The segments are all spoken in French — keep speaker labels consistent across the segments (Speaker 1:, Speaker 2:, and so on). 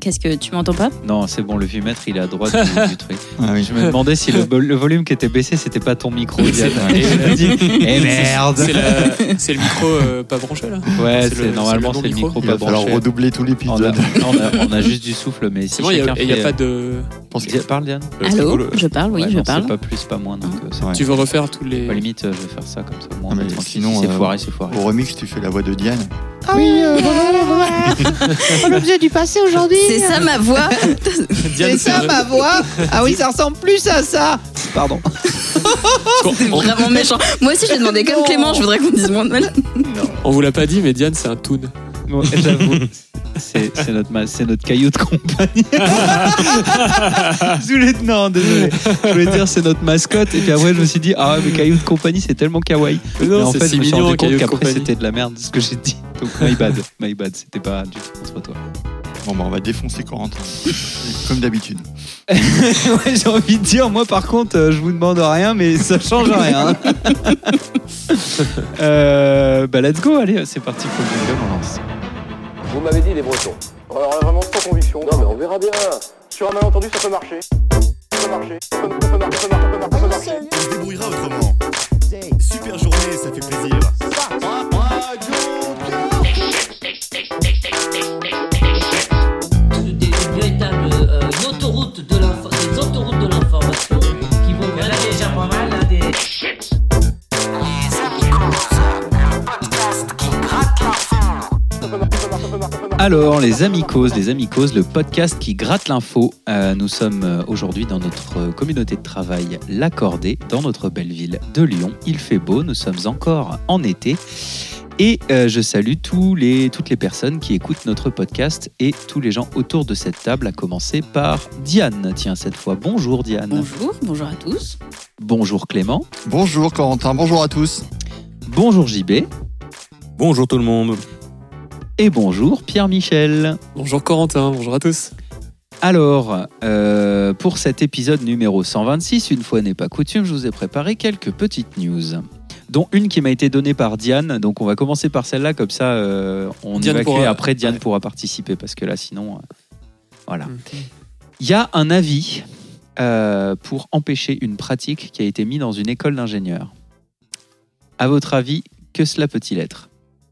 Speaker 1: Qu'est-ce que tu m'entends pas
Speaker 2: Non, c'est bon, le vumètre, il est à droite du, du truc.
Speaker 3: Ah oui.
Speaker 2: Je me demandais si le, vol- le volume qui était baissé, c'était pas ton micro. Diane.
Speaker 3: vrai.
Speaker 2: Et je me dis, eh merde
Speaker 4: C'est la- c'est le micro euh, pas branché là
Speaker 2: Ouais,
Speaker 4: c'est
Speaker 2: c'est
Speaker 4: le-
Speaker 2: normalement,
Speaker 4: c'est
Speaker 2: c'est
Speaker 4: le
Speaker 2: le
Speaker 4: non-micro.
Speaker 2: micro
Speaker 3: Il va
Speaker 2: pas
Speaker 3: falloir
Speaker 2: branché.
Speaker 3: redoubler tout
Speaker 2: On a,
Speaker 3: l'épisode.
Speaker 2: on a- on a juste du souffle, mais si
Speaker 4: C'est bon, il n'y a,
Speaker 2: chacun
Speaker 4: il y a
Speaker 2: fait-
Speaker 4: pas de.
Speaker 3: Je pense que-
Speaker 2: Di- Parle Diane.
Speaker 4: Euh, c'est
Speaker 1: Allô
Speaker 4: cool, euh,
Speaker 1: Je parle, oui,
Speaker 2: Ouais,
Speaker 1: je
Speaker 2: non,
Speaker 1: parle.
Speaker 2: C'est pas plus, pas moins, donc euh, c'est
Speaker 3: Ouais.
Speaker 4: Tu veux refaire tous les.
Speaker 2: pas limite, euh, je vais faire ça comme ça. au moins,
Speaker 3: Ah,
Speaker 2: on est
Speaker 3: mais
Speaker 2: tranquille.
Speaker 3: sinon,
Speaker 2: Si c'est
Speaker 3: euh,
Speaker 2: foiré, c'est foiré.
Speaker 3: Au remix, tu fais la voix de Diane.
Speaker 5: Ah oui, euh, Oh, l'objet du passé aujourd'hui.
Speaker 1: Ah. C'est ça ma voix
Speaker 5: C'est ça ma voix. Ah oui, ça ressemble plus à ça. Pardon.
Speaker 1: C'est vraiment méchant. Moi aussi, j'ai demandé comme
Speaker 5: Non.
Speaker 1: Clément, je voudrais qu'on dise moins de mal.
Speaker 4: On vous l'a pas dit, mais Diane, c'est un toon.
Speaker 2: Ouais, J'avoue. C'est c'est notre, ma- c'est notre caillou de compagnie. je voulais, non, désolé. Je voulais dire c'est notre mascotte. Et puis après, je me suis dit, ah, mais caillou de compagnie, c'est tellement kawaii. Mais en
Speaker 4: c'est
Speaker 2: fait,
Speaker 4: si
Speaker 2: je me suis
Speaker 4: mignon,
Speaker 2: rendu
Speaker 4: caillou
Speaker 2: compte
Speaker 4: de
Speaker 2: qu'après,
Speaker 4: compagnie.
Speaker 2: c'était de la merde ce que j'ai dit. Donc, my bad. My bad, c'était pas du tout contre toi.
Speaker 3: Bon, bah, on va défoncer Corentin. Comme d'habitude.
Speaker 2: Ouais, j'ai envie de dire, moi, par contre, euh, je vous demande rien, mais ça change rien. Euh, bah, let's go. Allez, c'est parti pour le jingle, on lance.
Speaker 6: Vous m'avez dit les bretons. Alors vraiment sans conviction. Non mais on verra bien. Sur un malentendu ça peut marcher. Ça peut marcher. Ça peut, ça peut marcher. Ça peut marcher. Ça peut marcher. Ça peut marcher.
Speaker 7: On se débrouillera autrement. Super journée, ça fait plaisir.
Speaker 8: des véritables euh, autoroutes de l'info- des autoroutes de l'information qui vont vraiment déjà pas mal là, des
Speaker 6: Ça peut marcher. Ça peut marcher. Ça peut marcher. Ça peut marcher.
Speaker 2: Alors, les Amicos, les Amicos, le podcast qui gratte l'info. Euh, nous sommes euh, aujourd'hui dans notre euh, communauté de travail, l'Accordé, dans notre belle ville de Lyon. Il fait beau, nous sommes encore en été. Et euh, je salue tous les, toutes les personnes qui écoutent notre podcast et tous les gens autour de cette table, à commencer par Diane. Tiens, cette fois, bonjour Diane.
Speaker 1: Bonjour, bonjour à tous.
Speaker 2: Ah, Bonjour Clément.
Speaker 3: Bonjour Corentin, bonjour à tous.
Speaker 2: Bonjour JB.
Speaker 9: Bonjour tout le monde.
Speaker 2: Et bonjour Pierre-Michel.
Speaker 4: Bonjour Corentin, bonjour à tous.
Speaker 2: Alors, euh, pour cet épisode numéro 126, une fois n'est pas coutume, je vous ai préparé quelques petites news, dont une qui m'a été donnée par Diane. Donc, on va commencer par celle-là, comme ça, euh, on
Speaker 4: Diane
Speaker 2: évacue,
Speaker 4: pourra-
Speaker 2: et après Diane pourra participer, parce que là, sinon, euh, voilà. Il y a un avis euh, pour empêcher une pratique qui a été mise dans une école d'ingénieurs. À votre avis, que cela peut-il être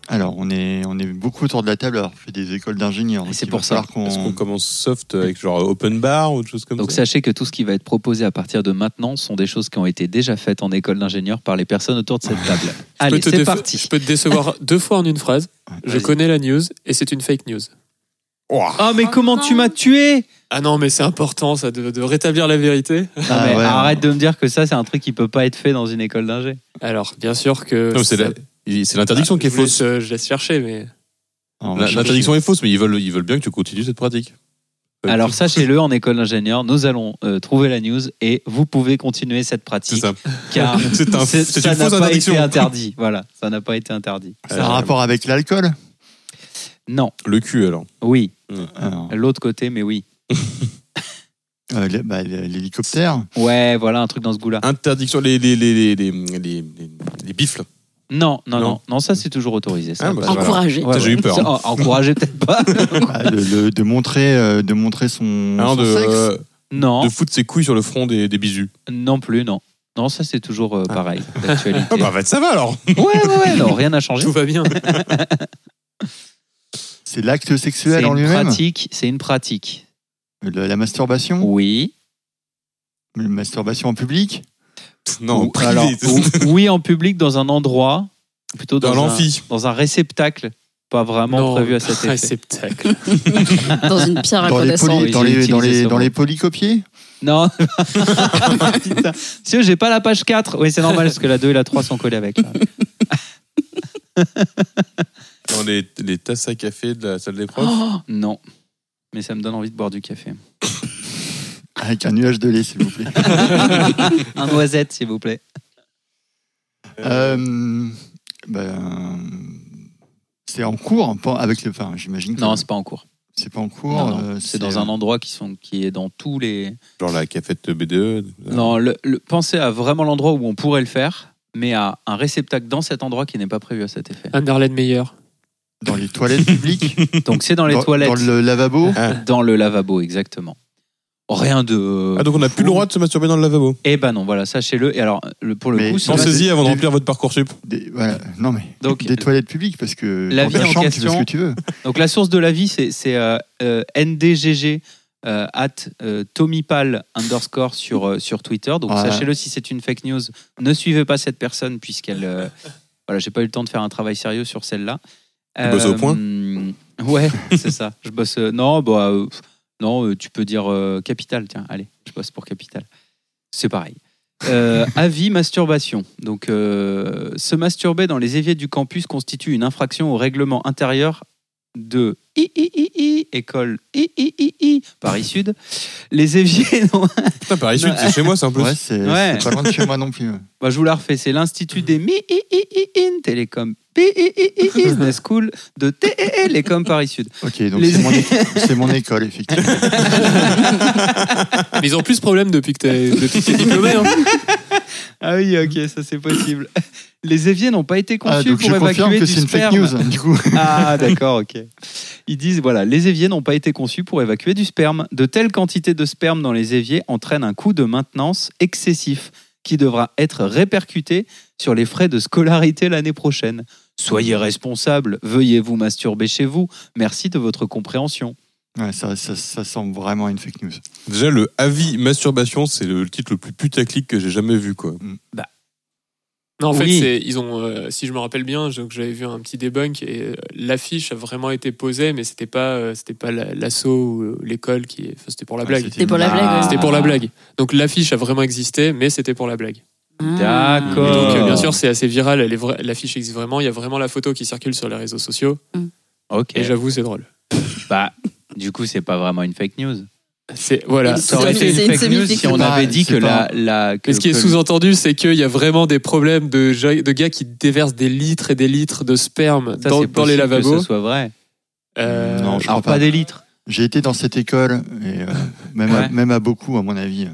Speaker 3: Alors, on est, on est beaucoup autour de la table à avoir fait des écoles d'ingénieurs.
Speaker 2: Et c'est
Speaker 3: Il
Speaker 2: pour
Speaker 3: va
Speaker 2: ça.
Speaker 3: falloir qu'on-
Speaker 9: Est-ce qu'on commence soft avec genre open bar ou autre chose comme
Speaker 2: Donc
Speaker 9: ça
Speaker 2: sachez que tout ce qui va être proposé à partir de maintenant sont des choses qui ont été déjà faites en école d'ingénieur par les personnes autour de
Speaker 9: Ah.
Speaker 2: cette table.
Speaker 4: Je peux
Speaker 2: Allez,
Speaker 4: te
Speaker 2: c'est
Speaker 4: défe-
Speaker 2: parti.
Speaker 4: Je peux te décevoir deux fois en une phrase. Je
Speaker 3: Vas-y.
Speaker 4: connais la news et c'est une fake news.
Speaker 9: Ouah.
Speaker 2: Ah mais comment tu m'as tué
Speaker 4: Ah non, mais c'est important ça de, de rétablir la vérité.
Speaker 2: Non,
Speaker 3: Ah
Speaker 2: mais
Speaker 3: ouais.
Speaker 2: Arrête de me dire que ça c'est un truc qui peut pas être fait dans une école
Speaker 9: Euh,
Speaker 2: d'ingé.
Speaker 4: Alors, bien sûr que.
Speaker 9: Non, mais c'est
Speaker 4: ça-
Speaker 9: la- il- c'est l'interdiction
Speaker 4: Ah,
Speaker 9: qui est
Speaker 4: je vous
Speaker 9: fausse.
Speaker 4: laisse, euh, je laisse chercher, mais.
Speaker 3: Alors, on va
Speaker 9: La-
Speaker 3: chercher.
Speaker 9: L'interdiction est fausse, Ah, mais ils veulent, ils veulent bien que tu continues cette pratique. Euh,
Speaker 2: Alors sachez-le, en école d'ingénieur, nous allons euh, trouver la news et vous pouvez continuer cette
Speaker 9: c'est
Speaker 2: pratique
Speaker 9: ça.
Speaker 2: car
Speaker 9: C'est un-
Speaker 2: c'est-
Speaker 9: c'est
Speaker 2: ça
Speaker 9: une
Speaker 2: n'a
Speaker 9: fausse
Speaker 2: pas été
Speaker 9: interdiction.
Speaker 2: interdit. Voilà, ça n'a pas été interdit.
Speaker 3: C'est un rapport avec l'alcool
Speaker 2: Non,
Speaker 9: Le cul alors.
Speaker 2: oui,
Speaker 3: Alors,
Speaker 2: l'autre côté, mais oui.
Speaker 3: euh, l'hé- bah, L'hélicoptère
Speaker 2: Ouais, voilà un truc dans ce goût-là.
Speaker 9: Interdiction les les les les les, les, les- les bifles.
Speaker 2: Non, non,
Speaker 9: Non.
Speaker 2: non, non, ça c'est toujours autorisé. Ça.
Speaker 9: Ah, bah, Voilà.
Speaker 1: Encouragé.
Speaker 2: Ouais,
Speaker 9: J'ai
Speaker 2: ouais.
Speaker 9: eu peur.
Speaker 2: Ça, en- encouragez peut-être pas.
Speaker 3: Bah, de, le- de montrer, euh, de montrer son,
Speaker 9: Ah,
Speaker 3: son
Speaker 9: de,
Speaker 3: sexe
Speaker 9: euh,
Speaker 2: Non,
Speaker 9: de foutre ses couilles sur le front des, des bisous.
Speaker 2: non plus, non. Non, ça c'est toujours euh, pareil, d'actualité.
Speaker 9: Ah bah en fait, ça va alors.
Speaker 2: ouais, ouais, ouais, non, rien n'a changé.
Speaker 4: Tout va bien.
Speaker 3: C'est l'acte
Speaker 2: C'est
Speaker 3: sexuel en
Speaker 2: une
Speaker 3: lui-même Mmh.
Speaker 2: pratique, c'est une pratique.
Speaker 3: Le- La masturbation
Speaker 2: Oui.
Speaker 3: La masturbation en public
Speaker 9: Non, en
Speaker 2: Ou-
Speaker 9: privé.
Speaker 2: alors, ou- oui, en public, dans un endroit, plutôt dans,
Speaker 9: dans
Speaker 2: un-
Speaker 9: l'amphi.
Speaker 2: dans un réceptacle, pas vraiment
Speaker 4: Non, Ah,
Speaker 2: prévu à cet effet.
Speaker 4: réceptacle.
Speaker 1: Dans une pierre à
Speaker 3: Dans les,
Speaker 1: connaissance.
Speaker 3: poly-
Speaker 2: Ah, oui,
Speaker 3: dans,
Speaker 2: j'ai
Speaker 3: les,
Speaker 2: utilisé
Speaker 3: dans,
Speaker 2: ce
Speaker 3: les,
Speaker 2: mot.
Speaker 3: dans les polycopiers
Speaker 2: Non. Putain. Monsieur, j'ai pas la page 4. Oui, c'est normal, parce que la 2 et la 3 sont collées avec. là.
Speaker 9: Dans les, les tasses à café de la salle des profs.
Speaker 2: Oh, non. Mais ça me donne envie de boire du café.
Speaker 3: Avec un nuage de lait, s'il vous plaît.
Speaker 2: Un noisette, s'il vous plaît.
Speaker 3: Euh, ben, c'est en cours, pas avec le. Enfin, j'imagine que
Speaker 2: Non, c'est pas en cours.
Speaker 3: c'est pas en cours.
Speaker 2: Non, non,
Speaker 3: euh,
Speaker 2: c'est dans un endroit qui, sont, qui est dans tous les.
Speaker 9: Genre la cafette BDE.
Speaker 2: Non, le, le- pensez à vraiment l'endroit où on pourrait le faire, mais à un réceptacle dans cet endroit qui n'est pas prévu à cet effet.
Speaker 4: Anderlecht Meyer.
Speaker 3: Dans les toilettes publiques
Speaker 2: Donc c'est dans les
Speaker 3: dans,
Speaker 2: toilettes,
Speaker 3: Dans le lavabo
Speaker 9: Ah.
Speaker 2: dans le lavabo, exactement. Rien de.
Speaker 9: Ah, donc on n'a plus le droit de se masturber dans le lavabo.
Speaker 2: Eh ben non, voilà, sachez-le. Et alors, le- pour le
Speaker 3: Mais
Speaker 2: coup,
Speaker 3: Non,
Speaker 2: celui-
Speaker 9: Pensez-y
Speaker 3: des-
Speaker 9: avant de
Speaker 3: des-
Speaker 9: remplir votre parcours sup.
Speaker 3: des, voilà. Non, mais
Speaker 2: Donc,
Speaker 3: des toilettes publiques, parce que
Speaker 2: la
Speaker 3: dans
Speaker 2: vie
Speaker 3: ta
Speaker 2: en
Speaker 3: chambre, tu fais
Speaker 2: question-
Speaker 3: ce que tu veux.
Speaker 2: donc la source de l'avis, c'est c'est, euh, euh, ndgg euh, at euh, tommypal underscore sur, euh, sur Twitter. Donc
Speaker 3: Voilà.
Speaker 2: sachez-le, si c'est une fake news, ne suivez pas cette personne puisqu'elle. euh, voilà, j'ai pas eu le temps de faire un travail sérieux sur celle-là. Euh,
Speaker 9: Tu bosses au point
Speaker 2: Ouais, c'est ça. Je bosse. euh, non, bah, euh, pff, non, euh, tu peux dire euh, capital. Tiens, allez, je bosse pour capital. C'est pareil. Euh, avis masturbation. Donc, euh, se masturber dans les éviers du campus constitue une infraction au règlement intérieur de I, I, I, I, école I, I, I, I, Paris Sud. Les éviers. non.
Speaker 9: Putain, Paris Sud,
Speaker 2: Non.
Speaker 9: c'est chez moi, c'est un peu.
Speaker 3: Ouais, c'est
Speaker 2: Ouais.
Speaker 3: c'est pas loin de chez moi non plus.
Speaker 2: Bah, je vous la refais. C'est
Speaker 3: Mhm.
Speaker 2: l'Institut des Mi I, I, I, In Télécom P I, I, I, I, Business School de E, Télécom Paris Sud.
Speaker 3: Ok, donc
Speaker 2: Les-
Speaker 3: c'est mon, é- c'est mon école, effectivement.
Speaker 4: Mais ils ont plus de problèmes depuis que t'es depuis que t'es diplômé. hein.
Speaker 2: Ah oui, ok, ça c'est possible. Les éviers n'ont pas été
Speaker 3: Ah,
Speaker 2: conçus
Speaker 3: donc je
Speaker 2: pour
Speaker 3: confirme
Speaker 2: évacuer
Speaker 3: que
Speaker 2: du
Speaker 3: c'est une fake
Speaker 2: sperme.
Speaker 3: news, hein, du coup.
Speaker 2: Ah d'accord, ok. Ils disent voilà, les éviers n'ont pas été conçus pour évacuer du sperme. De telles quantités de sperme dans les éviers entraînent un coût de maintenance excessif qui devra être répercuté sur les frais de scolarité l'année prochaine. Soyez responsable, veuillez vous masturber chez vous. Merci de votre compréhension.
Speaker 3: Ouais, ça, ça, ça semble vraiment une fake news.
Speaker 9: Déjà, le avis masturbation, c'est le titre le plus putaclic que j'ai jamais vu, quoi.
Speaker 4: Non, en
Speaker 2: Oui.
Speaker 4: fait, c'est- ils ont, euh, si je me rappelle bien, je- que j'avais vu un petit debunk et euh, l'affiche a vraiment été posée, mais c'était pas, euh, c'était pas la- l'assaut ou euh, l'école qui, enfin, c'était pour la blague.
Speaker 1: C'était pour la
Speaker 2: Ah.
Speaker 1: blague. ouais.
Speaker 4: C'était pour la blague. Donc l'affiche a vraiment existé, mais c'était pour la blague.
Speaker 1: Ah.
Speaker 4: Et
Speaker 2: D'accord.
Speaker 4: donc euh, bien sûr, c'est assez viral. elle est vra- L'affiche existe vraiment. Il y a vraiment la photo qui circule sur les réseaux sociaux.
Speaker 2: Ok.
Speaker 4: Et j'avoue, c'est drôle.
Speaker 2: Bah, du coup, c'est pas vraiment une fake news.
Speaker 4: C'est voilà.
Speaker 1: Et
Speaker 2: Ça aurait
Speaker 1: C'est
Speaker 2: été
Speaker 1: une
Speaker 2: une fake news
Speaker 1: semi-fiction.
Speaker 2: si on
Speaker 3: Bah,
Speaker 2: avait dit
Speaker 3: c'est
Speaker 2: que la,
Speaker 3: pas-
Speaker 2: la que-
Speaker 4: Mais ce qui est
Speaker 2: que-
Speaker 4: sous-entendu, c'est qu'il y a vraiment des problèmes de, ja- de gars qui déversent des litres et des litres de sperme
Speaker 2: ça,
Speaker 4: dans,
Speaker 2: c'est
Speaker 4: dans les
Speaker 2: possible que
Speaker 4: lavabos.
Speaker 2: ce soit vrai.
Speaker 4: Euh,
Speaker 3: Non, je
Speaker 2: Alors
Speaker 3: crois
Speaker 2: pas
Speaker 3: pas.
Speaker 2: des litres.
Speaker 3: J'ai été dans cette école, et euh, même, à,
Speaker 2: Ouais.
Speaker 3: même à beaucoup, à mon avis. euh,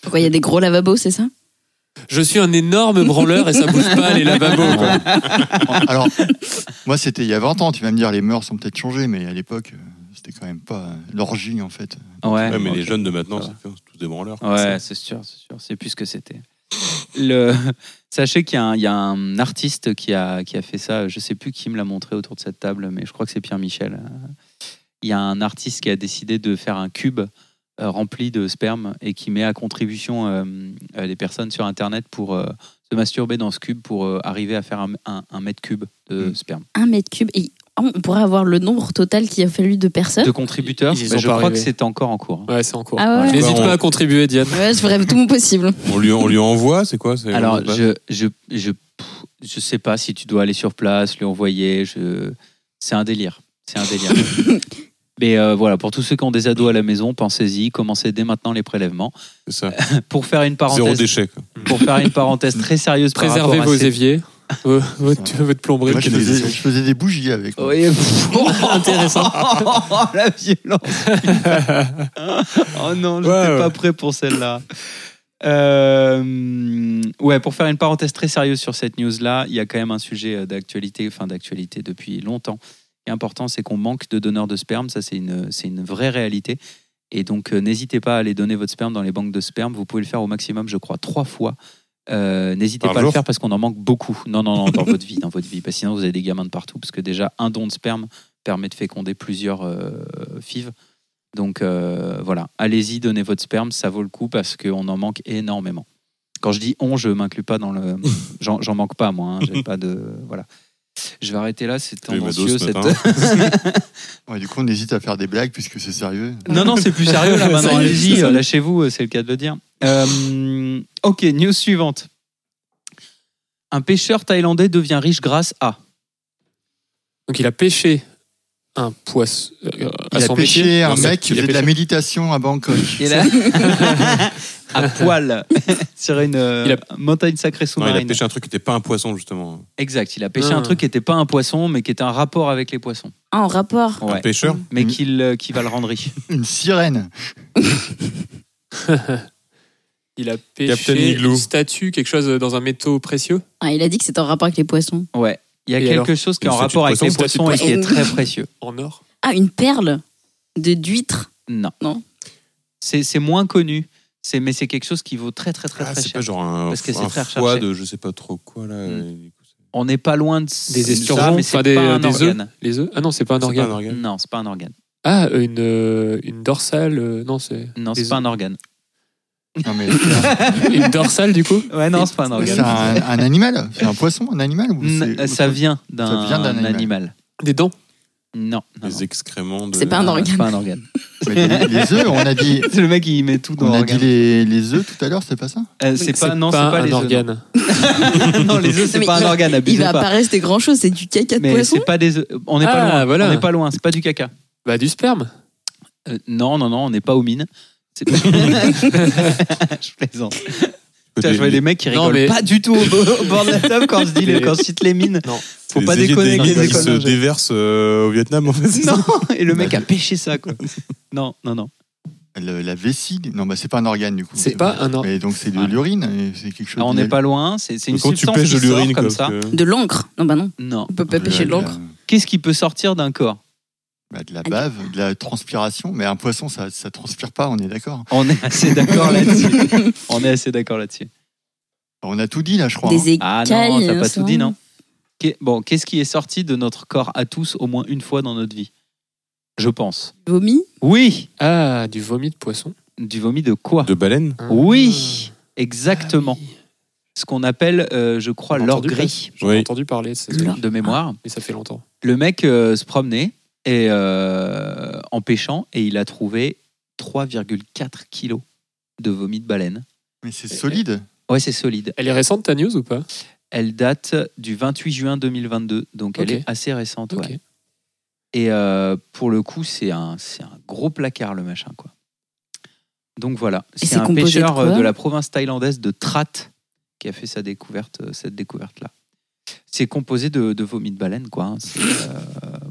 Speaker 1: Pourquoi il y a des gros lavabos, c'est ça
Speaker 4: Je suis un énorme branleur et ça bouge pas les lavabos. quoi.
Speaker 3: Alors, moi, c'était il y a 20 ans. Tu vas me dire, les mœurs sont peut-être changées, mais à l'époque, euh, c'était quand même pas euh, l'orgie, en fait.
Speaker 2: Ouais.
Speaker 9: Ouais, mais les
Speaker 2: Ok.
Speaker 9: jeunes de maintenant,
Speaker 2: Ça
Speaker 9: c'est c'est tous des branleurs.
Speaker 2: Ouais, c'est sûr, c'est sûr. C'est plus ce que c'était. Le... Sachez qu'il y, a un- il y a un artiste qui a, qui a fait ça. Je sais plus qui me l'a montré autour de cette table, mais je crois que c'est Pierre Michel. Il y a un artiste qui a décidé de faire un cube euh, rempli de sperme et qui met à contribution euh, euh, les personnes sur Internet pour euh, se masturber dans ce cube pour euh, arriver à faire un, un- un mètre cube de
Speaker 4: Hmm.
Speaker 3: Mm.
Speaker 2: sperme.
Speaker 1: Un mètre cube. Et oh, on pourrait avoir le nombre total qu'il a fallu de personnes.
Speaker 2: De contributeurs,
Speaker 4: Ils y
Speaker 2: mais
Speaker 4: sont
Speaker 2: je
Speaker 4: pas
Speaker 2: crois que
Speaker 4: arrivés.
Speaker 2: c'est encore en cours. hein.
Speaker 4: Ouais, c'est en cours.
Speaker 1: Ah ouais.
Speaker 4: N'hésite
Speaker 9: Ouais, on-
Speaker 4: pas à contribuer, Diane.
Speaker 1: Ouais, je ferais tout mon possible.
Speaker 9: On lui, on lui envoie, c'est quoi c'est-
Speaker 2: Alors,
Speaker 9: on-
Speaker 2: je, je, je, pff, je sais pas si tu dois aller sur place, lui envoyer. Je... C'est un délire. C'est un délire. Mais euh, voilà, pour tous ceux qui ont des ados à la maison, pensez-y, commencez dès maintenant les prélèvements.
Speaker 9: c'est ça.
Speaker 2: Pour faire une
Speaker 9: Zéro
Speaker 2: parenthèse,
Speaker 9: déchet. quoi.
Speaker 2: pour faire une parenthèse très sérieuse, par
Speaker 4: Préservez
Speaker 2: rapport à
Speaker 4: vos
Speaker 2: ces-
Speaker 4: éviers, vos- votre, votre plomberie.
Speaker 3: Moi, je faisais, je faisais des bougies avec. moi.
Speaker 2: Oui, pff,
Speaker 4: Intéressant.
Speaker 2: oh, la violence. oh non, je n'étais
Speaker 4: Ouais, ouais.
Speaker 2: pas prêt pour celle-là. Euh, ouais, pour faire une parenthèse très sérieuse sur cette news-là, il y a quand même un sujet euh, d'actualité, enfin d'actualité depuis longtemps. Et important, c'est qu'on manque de donneurs de sperme. Ça, c'est une, c'est une vraie réalité. Et donc, euh, n'hésitez pas à aller donner votre sperme dans les banques de sperme. Vous pouvez le faire au maximum, je crois, trois fois. Euh, n'hésitez
Speaker 9: Par
Speaker 2: pas à le
Speaker 9: jour
Speaker 2: faire parce qu'on en manque beaucoup. Non, non, non, dans votre vie, dans votre vie. Parce que sinon, vous avez des gamins de partout. Parce que déjà, un don de sperme permet de féconder plusieurs euh, fives. Donc euh, voilà, allez-y, donnez votre sperme, ça vaut le coup parce qu'on en manque énormément. Quand je dis on, je m'inclus pas dans le. J'en j'en manque pas, moi. hein, J'ai pas de. Voilà. Je vais arrêter là, c'est
Speaker 9: J'ai eu ma
Speaker 2: tendancieux
Speaker 9: dose ce
Speaker 2: cette.
Speaker 9: matin.
Speaker 3: Ouais, du coup, on hésite à faire des blagues puisque c'est sérieux.
Speaker 2: Non, non, c'est plus sérieux là maintenant.
Speaker 4: Ça y est,
Speaker 2: Allez-y,
Speaker 4: c'est ça.
Speaker 2: euh, lâchez-vous, euh, c'est le cas de le dire. Euh, ok, news suivante. Un pêcheur thaïlandais devient riche grâce à.
Speaker 4: Donc il a pêché un poisson euh, à
Speaker 3: Il a
Speaker 4: son
Speaker 3: pêché
Speaker 4: métier.
Speaker 3: un
Speaker 4: Non,
Speaker 3: mec qui
Speaker 4: il a
Speaker 3: faisait de la
Speaker 4: pêché.
Speaker 3: méditation à Bangkok.
Speaker 2: Il a- à poil sur une euh,
Speaker 4: Il a-
Speaker 2: montagne sacrée
Speaker 9: Non, il a
Speaker 2: sous-marine.
Speaker 9: pêché un truc qui n'était pas un poisson, justement.
Speaker 2: Exact, il a pêché
Speaker 4: Ah.
Speaker 2: un truc qui n'était pas un poisson, mais qui était un rapport avec les poissons.
Speaker 1: Ah, en rapport.
Speaker 9: Un pêcheur
Speaker 2: Mais
Speaker 3: Mm.
Speaker 2: qu'il, euh, qui va le rendre riche.
Speaker 3: Une sirène.
Speaker 4: Il a
Speaker 9: Captain
Speaker 4: pêché
Speaker 9: Igloo.
Speaker 4: une statue, quelque chose dans un métaux précieux.
Speaker 1: Ah, il a dit que c'était en rapport avec les poissons.
Speaker 2: Ouais. Il y a
Speaker 4: Et
Speaker 2: quelque
Speaker 4: alors
Speaker 2: chose qui est en
Speaker 9: C'est une
Speaker 2: rapport avec
Speaker 9: poisson,
Speaker 2: les
Speaker 9: c'est une
Speaker 2: poissons et qui est
Speaker 1: poisson.
Speaker 2: très précieux.
Speaker 4: En or
Speaker 1: Ah, une perle de d'huître.
Speaker 2: Non.
Speaker 1: Non.
Speaker 2: C'est c'est moins connu, c'est- mais c'est quelque chose qui vaut très très très
Speaker 9: Ah,
Speaker 2: très
Speaker 9: c'est pas
Speaker 2: cher.
Speaker 9: genre un,
Speaker 2: Parce que c'est
Speaker 9: un
Speaker 2: très
Speaker 9: foie
Speaker 2: recherché.
Speaker 9: de je sais pas trop quoi là.
Speaker 2: Mm.
Speaker 9: et du coup, c'est-
Speaker 2: On n'est pas loin de
Speaker 4: Des
Speaker 2: ça,
Speaker 4: esturgeons,
Speaker 2: mais c'est
Speaker 4: enfin, des- euh,
Speaker 2: pas un
Speaker 4: des œufs.
Speaker 2: organe.
Speaker 4: Les œufs Ah non, c'est pas un
Speaker 9: c'est
Speaker 4: organe.
Speaker 9: pas un organe.
Speaker 2: Non, c'est pas un organe.
Speaker 4: Ah, une, euh, une dorsale euh, Non, c'est.
Speaker 2: Non,
Speaker 4: Des
Speaker 2: c'est pas un organe.
Speaker 3: Non, mais c'est
Speaker 4: Une dorsale, du coup
Speaker 2: Ouais, non, c'est pas un
Speaker 3: un- c'est
Speaker 2: organe.
Speaker 3: un, un animal C'est un poisson, un animal ou
Speaker 2: N-
Speaker 3: c'est-
Speaker 2: Ça vient d'un
Speaker 3: vient d'un
Speaker 2: animal.
Speaker 3: animal.
Speaker 4: Des dents
Speaker 2: Non, non, non.
Speaker 9: Les excréments de.
Speaker 1: C'est pas un
Speaker 2: Non,
Speaker 1: organe.
Speaker 2: c'est pas un organe.
Speaker 3: Mais les, les œufs, on a dit,
Speaker 2: C'est le mec qui met tout dans
Speaker 3: on a dit
Speaker 2: l'organe.
Speaker 3: les, les œufs tout à l'heure, c'est pas ça
Speaker 2: Euh, c'est pas non, c'est pas
Speaker 4: un
Speaker 2: les œufs.
Speaker 4: organe.
Speaker 2: non. Non, les œufs, c'est
Speaker 1: Mais
Speaker 2: pas un
Speaker 1: il-
Speaker 2: organe.
Speaker 1: Il
Speaker 2: abusez
Speaker 1: va
Speaker 2: pas.
Speaker 1: pas rester grand chose, c'est du caca de
Speaker 2: Mais
Speaker 1: poisson.
Speaker 2: c'est pas des œufs. On n'est
Speaker 4: Ah,
Speaker 2: pas loin.
Speaker 4: voilà.
Speaker 2: On n'est pas loin. C'est pas du caca.
Speaker 4: Bah, du sperme.
Speaker 2: Euh, non, non, non, on n'est pas aux mines. C'est- je plaisante. Putain, je vois des mecs qui
Speaker 4: Non,
Speaker 2: rigolent
Speaker 4: mais-
Speaker 2: pas du tout au, bo- au bord de la table quand je, dis les-
Speaker 4: Des-
Speaker 2: quand je cite les mines.
Speaker 4: Non.
Speaker 2: Faut pas
Speaker 9: des
Speaker 2: déconner avec
Speaker 9: Qui
Speaker 2: les
Speaker 9: se
Speaker 2: écoles d'ingé.
Speaker 9: déversent euh, au Vietnam en fait. c'est ça
Speaker 2: Non, et
Speaker 9: Bah,
Speaker 2: le mec a pêché ça, quoi. Non, non, non.
Speaker 3: Le- La vessie Non, bah c'est pas un organe du coup.
Speaker 4: C'est pas un organe.
Speaker 3: Mais donc c'est de
Speaker 2: Ah.
Speaker 3: l'urine, et c'est quelque chose.
Speaker 2: Ah, on n'est pas loin. C'est c'est une
Speaker 9: Quand tu
Speaker 2: substance
Speaker 9: pêches de
Speaker 2: qui sort
Speaker 9: l'urine
Speaker 2: comme
Speaker 9: quoi,
Speaker 2: ça.
Speaker 9: parce que-
Speaker 1: De l'encre. Non, bah non.
Speaker 2: Non.
Speaker 1: On peut pas pêcher de l'encre.
Speaker 2: Qu'est-ce qui peut sortir d'un corps
Speaker 3: Bah, de la bave, de la transpiration, mais un poisson, ça, ça transpire pas, on est d'accord.
Speaker 2: On est assez d'accord là-dessus. on est assez d'accord là-dessus.
Speaker 3: On a tout dit là, je crois. hein.
Speaker 1: Des écailles.
Speaker 2: Ah non, t'as pas
Speaker 1: ça.
Speaker 2: tout dit, non Qu'est- Bon, qu'est-ce qui est sorti de notre corps à tous au moins une fois dans notre vie Je pense.
Speaker 1: Vomi.
Speaker 2: Oui
Speaker 4: Ah, du vomi de poisson.
Speaker 2: Du vomi de quoi
Speaker 9: De baleine
Speaker 4: Ah.
Speaker 2: Oui, exactement.
Speaker 4: Ah oui.
Speaker 2: Ce qu'on appelle, euh, je crois,
Speaker 4: On a
Speaker 2: l'or
Speaker 4: entendu
Speaker 2: gris
Speaker 4: J'en ai
Speaker 9: Oui.
Speaker 4: entendu parler, c'est
Speaker 1: L'or.
Speaker 2: de mémoire.
Speaker 4: mais ça fait longtemps.
Speaker 2: Le mec euh, se promenait et, euh, en pêchant et il a trouvé 3,4 kilos de vomi de baleine.
Speaker 3: Mais c'est solide.
Speaker 2: Ouais, c'est solide.
Speaker 4: Elle est récente ta news ou pas
Speaker 2: Elle date du 28 juin 2022, donc elle
Speaker 4: Ok.
Speaker 2: est assez récente.
Speaker 4: Ok.
Speaker 2: ouais. Et euh, pour le coup, c'est un, c'est un gros placard, le machin. quoi. Donc voilà,
Speaker 1: Et
Speaker 2: c'est
Speaker 1: c'est
Speaker 2: un
Speaker 1: composé de
Speaker 2: pêcheur euh, de,
Speaker 1: quoi
Speaker 2: la province thaïlandaise de Trat qui a fait sa découverte, euh, cette découverte-là. C'est composé de, de vomi de baleine, quoi. hein. C'est, euh,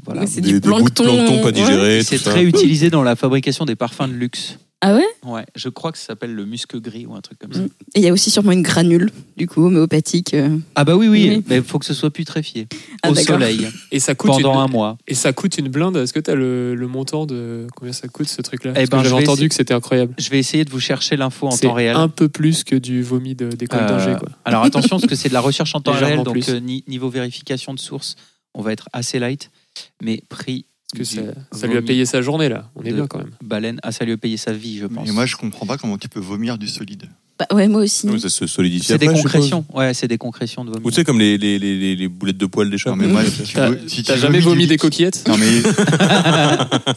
Speaker 2: voilà.
Speaker 1: Oui, c'est
Speaker 9: Des,
Speaker 1: du
Speaker 9: des bouts de
Speaker 1: plancton.
Speaker 9: plancton pas
Speaker 1: ouais.
Speaker 9: digérés.
Speaker 2: C'est
Speaker 9: tout ça.
Speaker 2: très utilisé dans la fabrication des parfums de luxe.
Speaker 1: Ah ouais
Speaker 2: Ouais, je crois que ça s'appelle le musc gris ou un truc comme ça.
Speaker 1: Mm. Et il y a aussi sûrement une granule, du coup, homéopathique. euh.
Speaker 2: Ah bah oui, oui,
Speaker 4: Mm-hmm.
Speaker 1: Oui.
Speaker 2: mais il faut que ce soit putréfié
Speaker 1: Ah,
Speaker 2: au
Speaker 1: d'accord.
Speaker 2: soleil
Speaker 4: Et ça coûte
Speaker 2: pendant
Speaker 4: une...
Speaker 2: un mois.
Speaker 4: Et ça coûte une blinde. Est-ce que t'as le, le montant de combien ça coûte ce truc-là
Speaker 2: Eh
Speaker 4: Parce que
Speaker 2: ben, je
Speaker 4: j'avais
Speaker 2: vais
Speaker 4: entendu
Speaker 2: essayer-
Speaker 4: que c'était incroyable.
Speaker 2: Je vais essayer de vous chercher l'info en
Speaker 4: C'est
Speaker 2: temps réel.
Speaker 4: un peu plus que du vomi de- d'école
Speaker 2: Euh,
Speaker 4: d'ingé. quoi.
Speaker 2: Alors attention, parce que c'est de la recherche en temps
Speaker 4: Légèrement
Speaker 2: réel, donc
Speaker 4: plus.
Speaker 2: euh, ni- niveau vérification de source, on va être assez light. Mais prix
Speaker 4: Parce que ça,
Speaker 2: du
Speaker 4: ça lui a
Speaker 2: vomi
Speaker 4: payé sa journée là. On est
Speaker 2: de-
Speaker 4: bien quand même.
Speaker 2: baleine, ah ça lui a payé sa vie, je pense.
Speaker 3: Et moi, je comprends pas comment tu peux vomir du solide.
Speaker 1: Bah ouais, moi aussi.
Speaker 2: Ah
Speaker 9: Non, mais Ça se solidifie
Speaker 2: c'est des
Speaker 9: après, je
Speaker 2: concrétions, ouais, c'est des concrétions de
Speaker 9: suppose. Ou
Speaker 2: vomi.
Speaker 9: tu sais, comme les, les, les, les- les boulettes de poils des chats.
Speaker 3: Non, mais moi, si tu,
Speaker 4: T'as
Speaker 3: vo- si tu
Speaker 4: t'as jamais
Speaker 3: vomis du
Speaker 4: vomi des
Speaker 3: liquide-
Speaker 4: coquillettes
Speaker 3: Non, mais.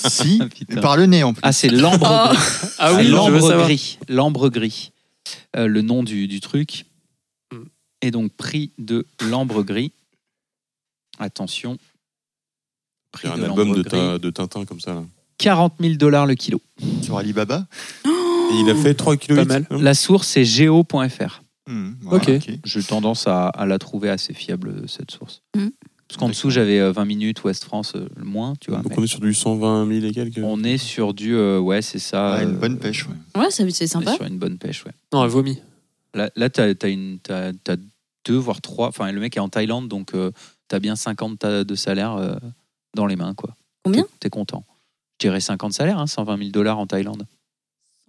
Speaker 3: si,
Speaker 2: Ah, putain.
Speaker 3: mais par le nez en plus.
Speaker 2: Ah c'est l'ambre,
Speaker 1: Oh,
Speaker 4: Ah
Speaker 2: c'est
Speaker 4: oui, je veux
Speaker 2: l'ambre
Speaker 4: savoir.
Speaker 2: gris, l'ambre gris, Euh, le nom du, du truc.
Speaker 4: Hmm.
Speaker 2: Et donc prix de l'ambre gris. Attention,
Speaker 9: Il
Speaker 2: prix
Speaker 9: y a un
Speaker 2: de
Speaker 9: album
Speaker 2: l'ambre
Speaker 9: de,
Speaker 2: gris,
Speaker 9: Tin- de Tintin comme ça. Là.
Speaker 2: 40 000 dollars le kilo.
Speaker 3: Sur Alibaba.
Speaker 9: Et il a fait 3 kg.
Speaker 4: Pas mal.
Speaker 2: La source c'est geo.fr.
Speaker 3: Hmm,
Speaker 4: Ok.
Speaker 2: j'ai tendance à, à la trouver assez fiable, euh, cette source.
Speaker 1: Mm.
Speaker 2: Parce qu'en dessous, j'avais euh, 20 minutes, Ouest France, euh, le moins, tu vois.
Speaker 9: Donc
Speaker 2: mais
Speaker 9: on est sur du 120 000 et quelques.
Speaker 2: on est sur du. euh, ouais, c'est ça.
Speaker 3: Ah,
Speaker 2: euh,
Speaker 3: une bonne pêche, ouais.
Speaker 1: ouais, ça, c'est
Speaker 2: on est
Speaker 1: sympa.
Speaker 2: Sur une bonne pêche, ouais.
Speaker 4: Non, un vomi.
Speaker 2: Là, là t'as t'as une- t'as- t'as deux, voire trois. Enfin, le mec est en Thaïlande, donc euh, t'as bien 50 ta- de salaire euh, dans les mains, quoi.
Speaker 1: Combien
Speaker 2: T'es- T'es content. Je dirais 50 salaires, hein, 120 000 dollars en Thaïlande.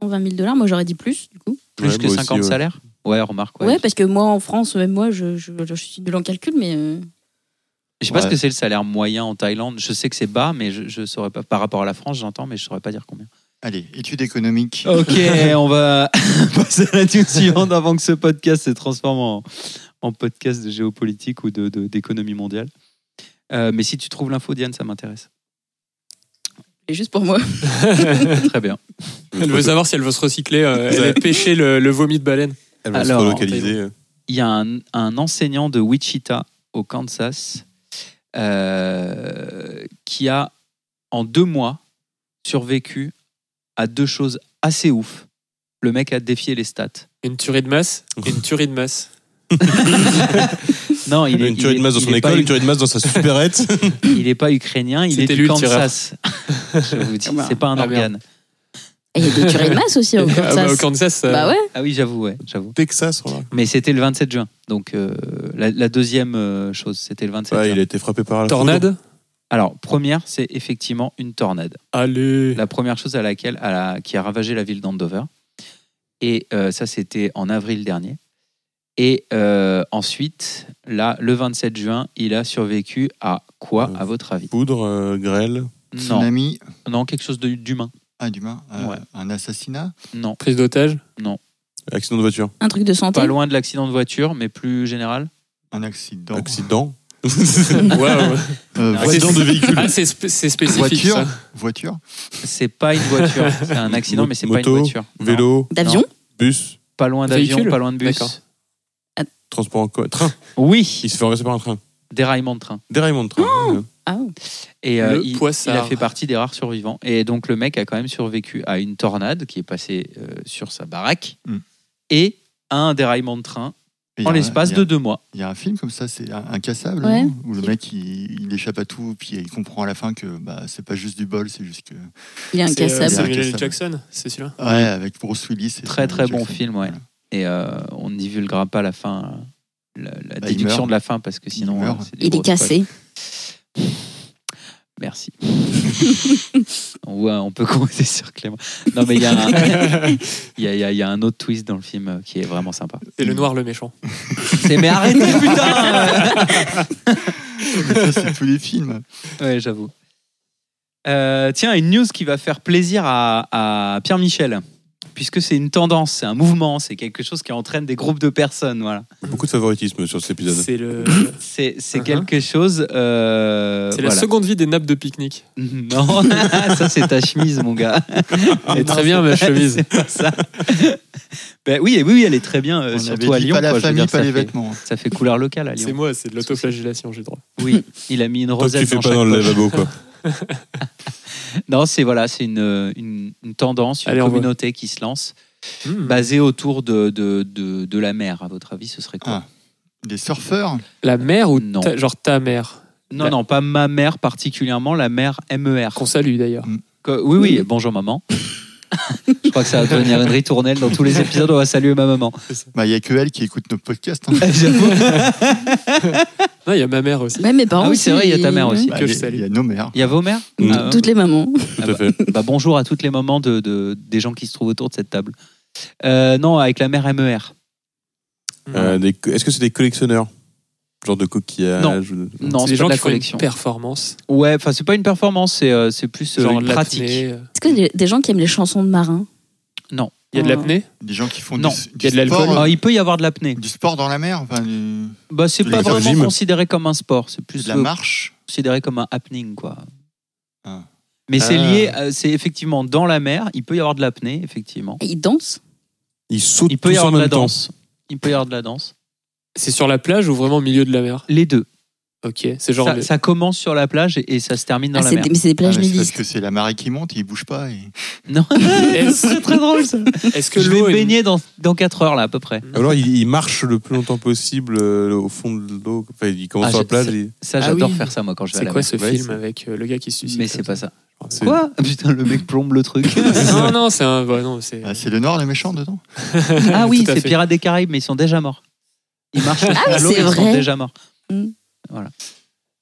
Speaker 1: 120 000 dollars, moi j'aurais dit plus, du coup.
Speaker 2: Plus
Speaker 9: Ouais,
Speaker 2: que
Speaker 9: moi aussi,
Speaker 2: 50
Speaker 9: ouais.
Speaker 2: salaires Ouais, remarque, ouais.
Speaker 1: Ouais, bah- parce que moi en France, même moi, je, je, je suis nul en calcul, mais. euh,
Speaker 2: Je sais pas
Speaker 3: Ouais.
Speaker 2: ce que c'est le salaire moyen en Thaïlande. Je sais que c'est bas, mais je, je saurais pas. Par rapport à la France, j'entends, mais je saurais pas dire combien.
Speaker 3: Allez, études économiques.
Speaker 2: Ok, on va passer à la news suivante avant que ce podcast se transforme en, en podcast de géopolitique ou d'économie de, d'économie mondiale. Euh, mais si tu trouves l'info, Diane, ça m'intéresse.
Speaker 1: C'est juste pour moi.
Speaker 2: Très bien.
Speaker 4: Elle veut savoir si elle veut se recycler. euh, elle
Speaker 9: Ouais.
Speaker 4: a pêché le, le vomi de baleine.
Speaker 9: Elle va se
Speaker 2: Alors,
Speaker 9: relocaliser.
Speaker 2: Il y a un, un enseignant de Wichita, au Kansas, euh, qui a, en deux mois, survécu à deux choses assez ouf. Le mec a défié les stats.
Speaker 4: Une tuerie de masse. et Une tuerie de masse.
Speaker 2: Non, il est,
Speaker 9: une
Speaker 2: il
Speaker 9: tuerie de
Speaker 2: est-
Speaker 9: masse dans
Speaker 2: il
Speaker 9: son
Speaker 2: est pas
Speaker 9: école,
Speaker 2: u-
Speaker 9: une tuerie de masse dans sa supérette.
Speaker 2: Il n'est pas ukrainien, il est
Speaker 4: C'était
Speaker 2: du
Speaker 4: lui, le tireur.
Speaker 2: Kansas. Je vous dis, c'est pas un
Speaker 4: Ah, merde.
Speaker 2: organe.
Speaker 1: Et il y a des curés de masse aussi au
Speaker 4: Ah, bah, au
Speaker 1: Kansas.
Speaker 4: Kansas, euh,
Speaker 1: Bah ouais.
Speaker 2: Ah oui, j'avoue, ouais, j'avoue.
Speaker 9: Texas, voilà.
Speaker 2: Mais c'était le 27 juin. Donc euh, la, la deuxième euh, chose, c'était le 27
Speaker 9: Ouais,
Speaker 2: juin.
Speaker 9: il a été frappé par la foudre.
Speaker 4: tornade.
Speaker 2: Alors, première, c'est effectivement une tornade.
Speaker 4: Allez.
Speaker 2: La première chose à laquelle, à la- qui a ravagé la ville d'Andover. Et euh, ça, c'était en avril dernier. Et euh, ensuite, là, le 27 juin, il a survécu à quoi,
Speaker 9: Euh,
Speaker 2: à votre avis
Speaker 9: Poudre, euh, grêle.
Speaker 2: Non,
Speaker 3: Tsunami.
Speaker 2: non, quelque chose de- d'humain.
Speaker 3: Ah, d'humain. euh,
Speaker 2: Ouais.
Speaker 3: Un assassinat.
Speaker 2: Non,
Speaker 4: Prise d'otage.
Speaker 9: Accident de voiture.
Speaker 1: Un truc de santé.
Speaker 2: pas loin de l'accident de voiture, mais plus général.
Speaker 3: Un accident.
Speaker 9: Accident.
Speaker 4: Waouh.
Speaker 3: Euh,
Speaker 9: Ah,
Speaker 4: c'est-
Speaker 3: voiture.
Speaker 9: Accident de véhicule.
Speaker 4: Ah, c'est spé- c'est spécifique.
Speaker 3: Voiture.
Speaker 4: ça.
Speaker 3: Voiture.
Speaker 2: C'est pas une voiture. C'est un accident,
Speaker 9: Mo-
Speaker 2: mais c'est pas
Speaker 9: moto,
Speaker 2: une voiture. Non.
Speaker 9: Vélo.
Speaker 1: D'avion
Speaker 9: Bus.
Speaker 2: Pas loin d'avion,
Speaker 4: Véhicule
Speaker 2: pas loin de bus.
Speaker 4: D'accord.
Speaker 9: Transport en commun. Train.
Speaker 2: Oui,
Speaker 9: Il s'est fait renverser par un train.
Speaker 2: déraillement de train.
Speaker 9: Déraillement de train. Ouais.
Speaker 1: Ah,
Speaker 2: Et euh,
Speaker 4: Le
Speaker 2: il,
Speaker 4: poissard.
Speaker 2: il a fait partie des rares survivants. Et donc le mec a quand même survécu à une tornade qui est passée euh, sur sa baraque
Speaker 3: Mm.
Speaker 2: et à un déraillement de train
Speaker 3: Et il y a
Speaker 2: en
Speaker 3: un-
Speaker 2: l'espace
Speaker 3: il y a-
Speaker 2: de deux mois.
Speaker 3: Il y a un film comme ça, c'est un- Incassable,
Speaker 1: Ouais.
Speaker 3: non où le mec il, il échappe à tout, puis il comprend à la fin que bah, c'est pas juste du bol, c'est juste que.
Speaker 1: il est
Speaker 4: C'est, euh,
Speaker 1: incassable.
Speaker 3: c'est-
Speaker 4: Samuel L.
Speaker 3: Incassable.
Speaker 4: Jackson, c'est celui-là.
Speaker 3: Ouais, avec Bruce Willis. et
Speaker 2: Très,
Speaker 3: Samuel
Speaker 2: très bon
Speaker 3: Jackson.
Speaker 2: film, ouais.
Speaker 3: Voilà.
Speaker 2: Et euh, on ne divulguera pas la fin, euh, la, la
Speaker 3: Bah, il
Speaker 2: déduction
Speaker 3: meurt.
Speaker 2: de la fin parce que sinon.
Speaker 3: meurt.
Speaker 2: euh, c'est des
Speaker 1: Il est
Speaker 2: grosses
Speaker 1: cassé.
Speaker 2: poches. Merci. on, voit, on peut compter sur Clément. Non mais il y, a un- il y a- il y a- il y a un autre twist dans le film euh, qui est vraiment sympa.
Speaker 4: C'est le noir, le méchant.
Speaker 2: C'est mais arrêtez putain
Speaker 3: Ça, c'est tous les films.
Speaker 2: Ouais, j'avoue. Euh, tiens, une news qui va faire plaisir à, à Pierre Michel, puisque c'est une tendance, c'est un mouvement, c'est quelque chose qui entraîne des groupes de personnes. Voilà.
Speaker 9: Beaucoup de favoritisme sur cet épisode.
Speaker 4: C'est le.
Speaker 2: C'est c'est
Speaker 4: Uh-huh.
Speaker 2: quelque chose. euh,
Speaker 4: C'est la
Speaker 2: voilà.
Speaker 4: seconde vie des nappes de pique-nique.
Speaker 2: Non, ça c'est ta chemise, mon gars.
Speaker 4: Elle est
Speaker 2: Non,
Speaker 4: très bien,
Speaker 2: c'est
Speaker 4: ma
Speaker 2: pas-
Speaker 4: chemise.
Speaker 2: c'est pas ça. Ben oui, et oui, oui, elle est très bien, euh,
Speaker 3: On
Speaker 2: surtout
Speaker 3: avait
Speaker 2: à
Speaker 3: dit
Speaker 2: Lyon.
Speaker 3: pas la
Speaker 2: quoi, je veux
Speaker 3: famille,
Speaker 2: dire,
Speaker 3: pas
Speaker 2: ça
Speaker 3: les
Speaker 2: fait-
Speaker 3: vêtements. hein.
Speaker 2: Ça fait couleur locale à
Speaker 4: C'est
Speaker 2: Lyon.
Speaker 4: moi, c'est de l'autoflagellation, j'ai droit.
Speaker 2: Oui, il a mis une
Speaker 9: Tant que
Speaker 2: rosette
Speaker 9: tu fais
Speaker 2: dans
Speaker 9: pas
Speaker 2: chaque
Speaker 9: dans le
Speaker 2: poche.
Speaker 9: lavabo, quoi.
Speaker 2: Non, c'est voilà, c'est une, euh, une- une tendance, une
Speaker 4: Allez, on voit.
Speaker 2: communauté qui se lance,
Speaker 4: Hmm.
Speaker 2: basée autour de, de, de, de la mer. À votre avis, ce serait quoi
Speaker 3: Ah. Des surfeurs.
Speaker 4: La mère ou
Speaker 2: Non.
Speaker 4: ta- genre ta mère
Speaker 2: Non,
Speaker 4: La-
Speaker 2: non, pas ma mère particulièrement, la mère MER.
Speaker 4: Qu'on salue d'ailleurs.
Speaker 2: Que- oui, oui, bonjour maman. Je crois que ça va devenir une ritournelle dans tous les épisodes. On va saluer ma maman.
Speaker 3: Bah, Il y a que elle qui écoute nos podcasts. hein.
Speaker 2: J'avoue.
Speaker 4: Non, il y a ma mère aussi.
Speaker 1: Ouais, mes parents
Speaker 2: Ah oui, c'est vrai, il y a ta mère aussi.
Speaker 3: Bah,
Speaker 4: que
Speaker 3: il y
Speaker 4: je
Speaker 3: a-
Speaker 4: salue.
Speaker 3: Il y a nos mères.
Speaker 2: Il y a vos mères
Speaker 9: Mm.
Speaker 2: Ah,
Speaker 1: Toutes les mamans.
Speaker 9: Tout à fait.
Speaker 2: bah, Bonjour à toutes les mamans de, de- des gens qui se trouvent autour de cette table. Euh, non, avec la mère MER.
Speaker 9: Euh, des co- Est-ce que c'est des collectionneurs Genre de coquillages ou de-
Speaker 2: Non,
Speaker 4: c'est
Speaker 2: c'est pas
Speaker 4: des gens
Speaker 2: de la
Speaker 4: qui font une
Speaker 2: collection.
Speaker 4: performance.
Speaker 2: Ouais, enfin, c'est pas une performance, c'est euh, c'est plus euh,
Speaker 4: genre
Speaker 2: une
Speaker 4: l'apnée,
Speaker 2: pratique.
Speaker 4: euh.
Speaker 1: Est-ce que des- des gens qui aiment les chansons de marins
Speaker 4: Il y a de
Speaker 1: Ah.
Speaker 4: l'apnée
Speaker 3: Des gens qui font
Speaker 2: Non,
Speaker 3: du,
Speaker 4: il y a de
Speaker 3: du
Speaker 4: l'alcool.
Speaker 3: sport,
Speaker 2: Ah,
Speaker 3: euh,
Speaker 2: il peut y avoir de l'apnée.
Speaker 3: du sport dans la mer, enfin, du-
Speaker 2: Bah, c'est
Speaker 3: Les
Speaker 2: pas
Speaker 9: faire
Speaker 2: vraiment
Speaker 9: gym.
Speaker 2: considéré comme un sport, c'est plus
Speaker 3: de la
Speaker 2: euh,
Speaker 3: marche.
Speaker 2: considéré comme un happening, quoi.
Speaker 3: Ah.
Speaker 2: Mais c'est
Speaker 4: Ah.
Speaker 2: lié, euh, c'est effectivement dans la mer, il peut y avoir de l'apnée, effectivement.
Speaker 1: Et Ils dansent
Speaker 9: Ils sautent
Speaker 2: Il peut y
Speaker 9: tous
Speaker 2: avoir
Speaker 9: en
Speaker 2: de la
Speaker 9: même temps.
Speaker 2: danse. Il peut y avoir de la danse.
Speaker 4: C'est sur la plage ou vraiment au milieu de la mer
Speaker 2: Les deux.
Speaker 4: Ok, c'est genre.
Speaker 2: ça, ça commence sur la plage et, et ça se termine dans
Speaker 1: Ah,
Speaker 2: la
Speaker 1: c'est
Speaker 2: mer.
Speaker 1: des- Mais c'est des
Speaker 3: Ah, mais
Speaker 1: plages
Speaker 3: c'est parce
Speaker 1: nudistes.
Speaker 3: que c'est la marée qui monte, il bouge pas. et-
Speaker 2: Non,
Speaker 4: Est-ce
Speaker 2: c'est très drôle ça.
Speaker 4: est-ce que
Speaker 2: Je vais
Speaker 4: l'eau est-
Speaker 2: baigner dans, dans 4 heures là, à peu près.
Speaker 9: Alors ils, ils marchent le plus longtemps possible euh, au fond de l'eau. Enfin, ils commencent
Speaker 2: Ah,
Speaker 9: sur la
Speaker 2: je-
Speaker 9: plage. ils-
Speaker 2: Ça,
Speaker 4: Ah
Speaker 2: j'adore
Speaker 4: oui.
Speaker 2: faire ça moi quand je vais à
Speaker 4: C'est
Speaker 2: la
Speaker 4: quoi
Speaker 2: mer.
Speaker 4: ce
Speaker 9: Ouais,
Speaker 4: film
Speaker 9: c'est-
Speaker 4: avec euh, le gars qui se suicide
Speaker 2: Mais c'est pas ça.
Speaker 9: c'est-
Speaker 2: Quoi Putain, le mec plombe le truc.
Speaker 4: Non, non, c'est un. ouais, non, c'est.
Speaker 3: Ah, c'est le Nord, les méchants dedans.
Speaker 2: Ah oui,
Speaker 4: Tout à
Speaker 2: c'est
Speaker 4: fait.
Speaker 2: Pirates des Caraïbes, mais ils sont déjà morts. Ils marchent sur
Speaker 1: Ah oui,
Speaker 2: l'eau,
Speaker 1: c'est
Speaker 2: ils sont
Speaker 1: vrai.
Speaker 2: déjà morts.
Speaker 4: Euh,
Speaker 3: Bon,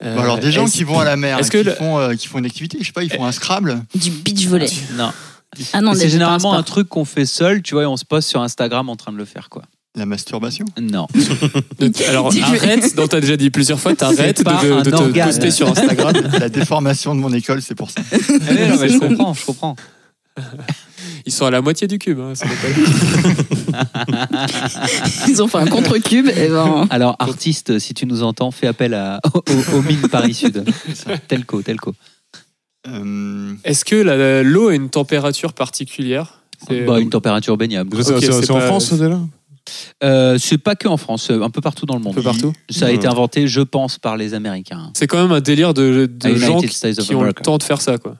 Speaker 3: alors des gens
Speaker 4: est-ce-
Speaker 3: qui vont à la mer,
Speaker 4: est-ce
Speaker 3: et qui,
Speaker 4: que le-
Speaker 3: font, euh, qui font une activité, je sais pas, ils font un Scrabble.
Speaker 1: Du beach volley.
Speaker 2: Non.
Speaker 1: Ah non,
Speaker 2: Mais
Speaker 1: des-
Speaker 2: c'est
Speaker 1: des
Speaker 2: généralement
Speaker 1: parents
Speaker 2: un truc qu'on fait seul, tu vois, et on se poste sur Instagram en train de le faire, quoi.
Speaker 3: La masturbation.
Speaker 2: Non. Eh
Speaker 4: de- Alors
Speaker 1: Dis-le.
Speaker 4: arrête, dont t'as déjà dit plusieurs fois, t'arrêtes
Speaker 2: C'est pas
Speaker 4: de, de-
Speaker 2: un
Speaker 4: de te
Speaker 2: orgasme.
Speaker 4: poster sur Instagram.
Speaker 3: la déformation de mon école, c'est pour ça.
Speaker 2: je comprends, je comprends.
Speaker 4: Ils sont à la moitié du cube. hein, ça m'étonne.
Speaker 1: sportifs. Ils ont fait un contre-cube. Et ben,
Speaker 2: Alors, artiste, si tu nous entends, fais appel à, aux, aux mines Paris-Sud. Telco, telco.
Speaker 3: Euh,
Speaker 4: Est-ce que la- l'eau a une température particulière C'est- euh,
Speaker 2: Bah, une température baignable.
Speaker 9: C'est
Speaker 4: Ok,
Speaker 9: c'est-
Speaker 4: c'est
Speaker 9: c'est en
Speaker 4: pas-
Speaker 9: France déjà
Speaker 2: Euh, c'est pas que en France, euh, un peu partout dans le monde.
Speaker 4: peu partout. Hmm.
Speaker 2: Ça a été inventé, je pense, par les Américains.
Speaker 4: C'est quand même un délire de, de
Speaker 2: À
Speaker 4: gens
Speaker 2: Ah, United
Speaker 4: qui,
Speaker 2: States of
Speaker 4: qui ont le
Speaker 2: America.
Speaker 4: temps de faire ça, quoi.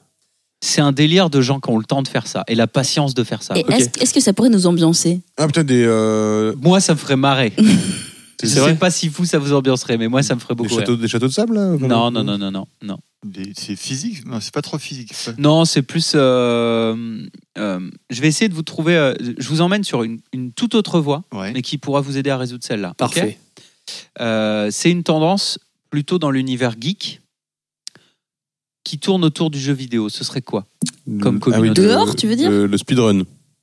Speaker 2: C'est un délire de gens qui ont le temps de faire ça et la patience de faire ça.
Speaker 1: et
Speaker 4: ok.
Speaker 1: est-ce est-ce que ça pourrait nous ambiancer
Speaker 9: Ah putain des euh,
Speaker 2: Moi, ça me ferait marrer. je
Speaker 4: C'est
Speaker 2: sais
Speaker 4: vrai
Speaker 2: pas si vous, ça vous ambiancerait, mais moi, ça me ferait
Speaker 9: des
Speaker 2: beaucoup rire.
Speaker 9: châteaux des châteaux de sable là
Speaker 2: Non, non, non, non, non, non.
Speaker 3: des- c'est physique, non, c'est pas trop physique. ça.
Speaker 2: Non, c'est plus. euh, euh, je vais essayer de vous trouver. euh, je vous emmène sur une, une toute autre voie,
Speaker 3: Ouais.
Speaker 2: mais qui pourra vous aider à résoudre celle-là. ok
Speaker 4: Parfait.
Speaker 2: Euh, c'est une tendance plutôt dans l'univers geek qui tourne autour du jeu vidéo. Ce serait quoi Comme communauté.
Speaker 9: le-
Speaker 1: Dehors, tu veux dire
Speaker 9: Le, le speedrun.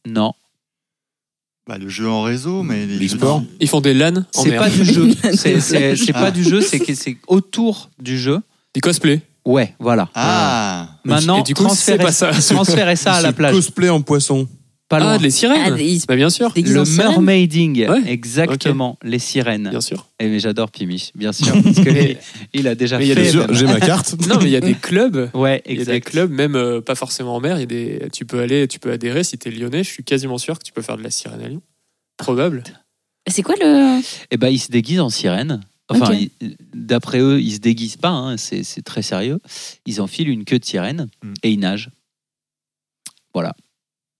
Speaker 2: Non,
Speaker 3: Bah, le jeu en réseau, mais les jeux
Speaker 9: L'e-sport.
Speaker 4: Ils font des LAN en
Speaker 2: c'est
Speaker 4: mer.
Speaker 2: pas du jeu. C'est- C'est c'est
Speaker 3: Ah.
Speaker 2: pas du jeu. C'est que- c'est autour du jeu.
Speaker 4: Des cosplays.
Speaker 2: Ouais, voilà. Euh,
Speaker 3: Ah,
Speaker 2: Maintenant,
Speaker 4: Et du coup, c'est
Speaker 2: transférez,
Speaker 4: pas ça.
Speaker 2: transférez ça à la
Speaker 9: C'est
Speaker 2: plage.
Speaker 9: Cosplay en poisson.
Speaker 2: Pas loin.
Speaker 4: Ah, des
Speaker 1: Ah,
Speaker 4: sirènes.
Speaker 1: ils se
Speaker 4: Bah, bien sûr.
Speaker 1: déguisent
Speaker 2: Le
Speaker 1: en sirène.
Speaker 2: mermaiding,
Speaker 4: Ouais.
Speaker 2: exactement, les sirènes.
Speaker 4: Bien sûr.
Speaker 2: Et Eh mais j'adore Pimich, bien sûr, parce que il, il a déjà
Speaker 4: Mais il y a
Speaker 2: fait.
Speaker 9: Bien sûr,
Speaker 2: même.
Speaker 9: j'ai ma carte.
Speaker 4: Non, mais il y a des clubs.
Speaker 2: Ouais,
Speaker 4: Il y a des
Speaker 2: exact.
Speaker 4: clubs, même euh, pas forcément en mer. Il y a des, tu peux aller, tu peux adhérer si t'es lyonnais. Je suis quasiment sûr que tu peux faire de la sirène à Lyon. Probable.
Speaker 1: C'est quoi le.
Speaker 2: Et ben, ils se déguisent en sirène. Enfin,
Speaker 1: Ok.
Speaker 2: ils- d'après eux, ils se déguisent pas. hein, c'est c'est très sérieux. Ils enfilent une queue de sirène
Speaker 4: Hmm.
Speaker 3: Mm.
Speaker 2: et ils nagent. Voilà.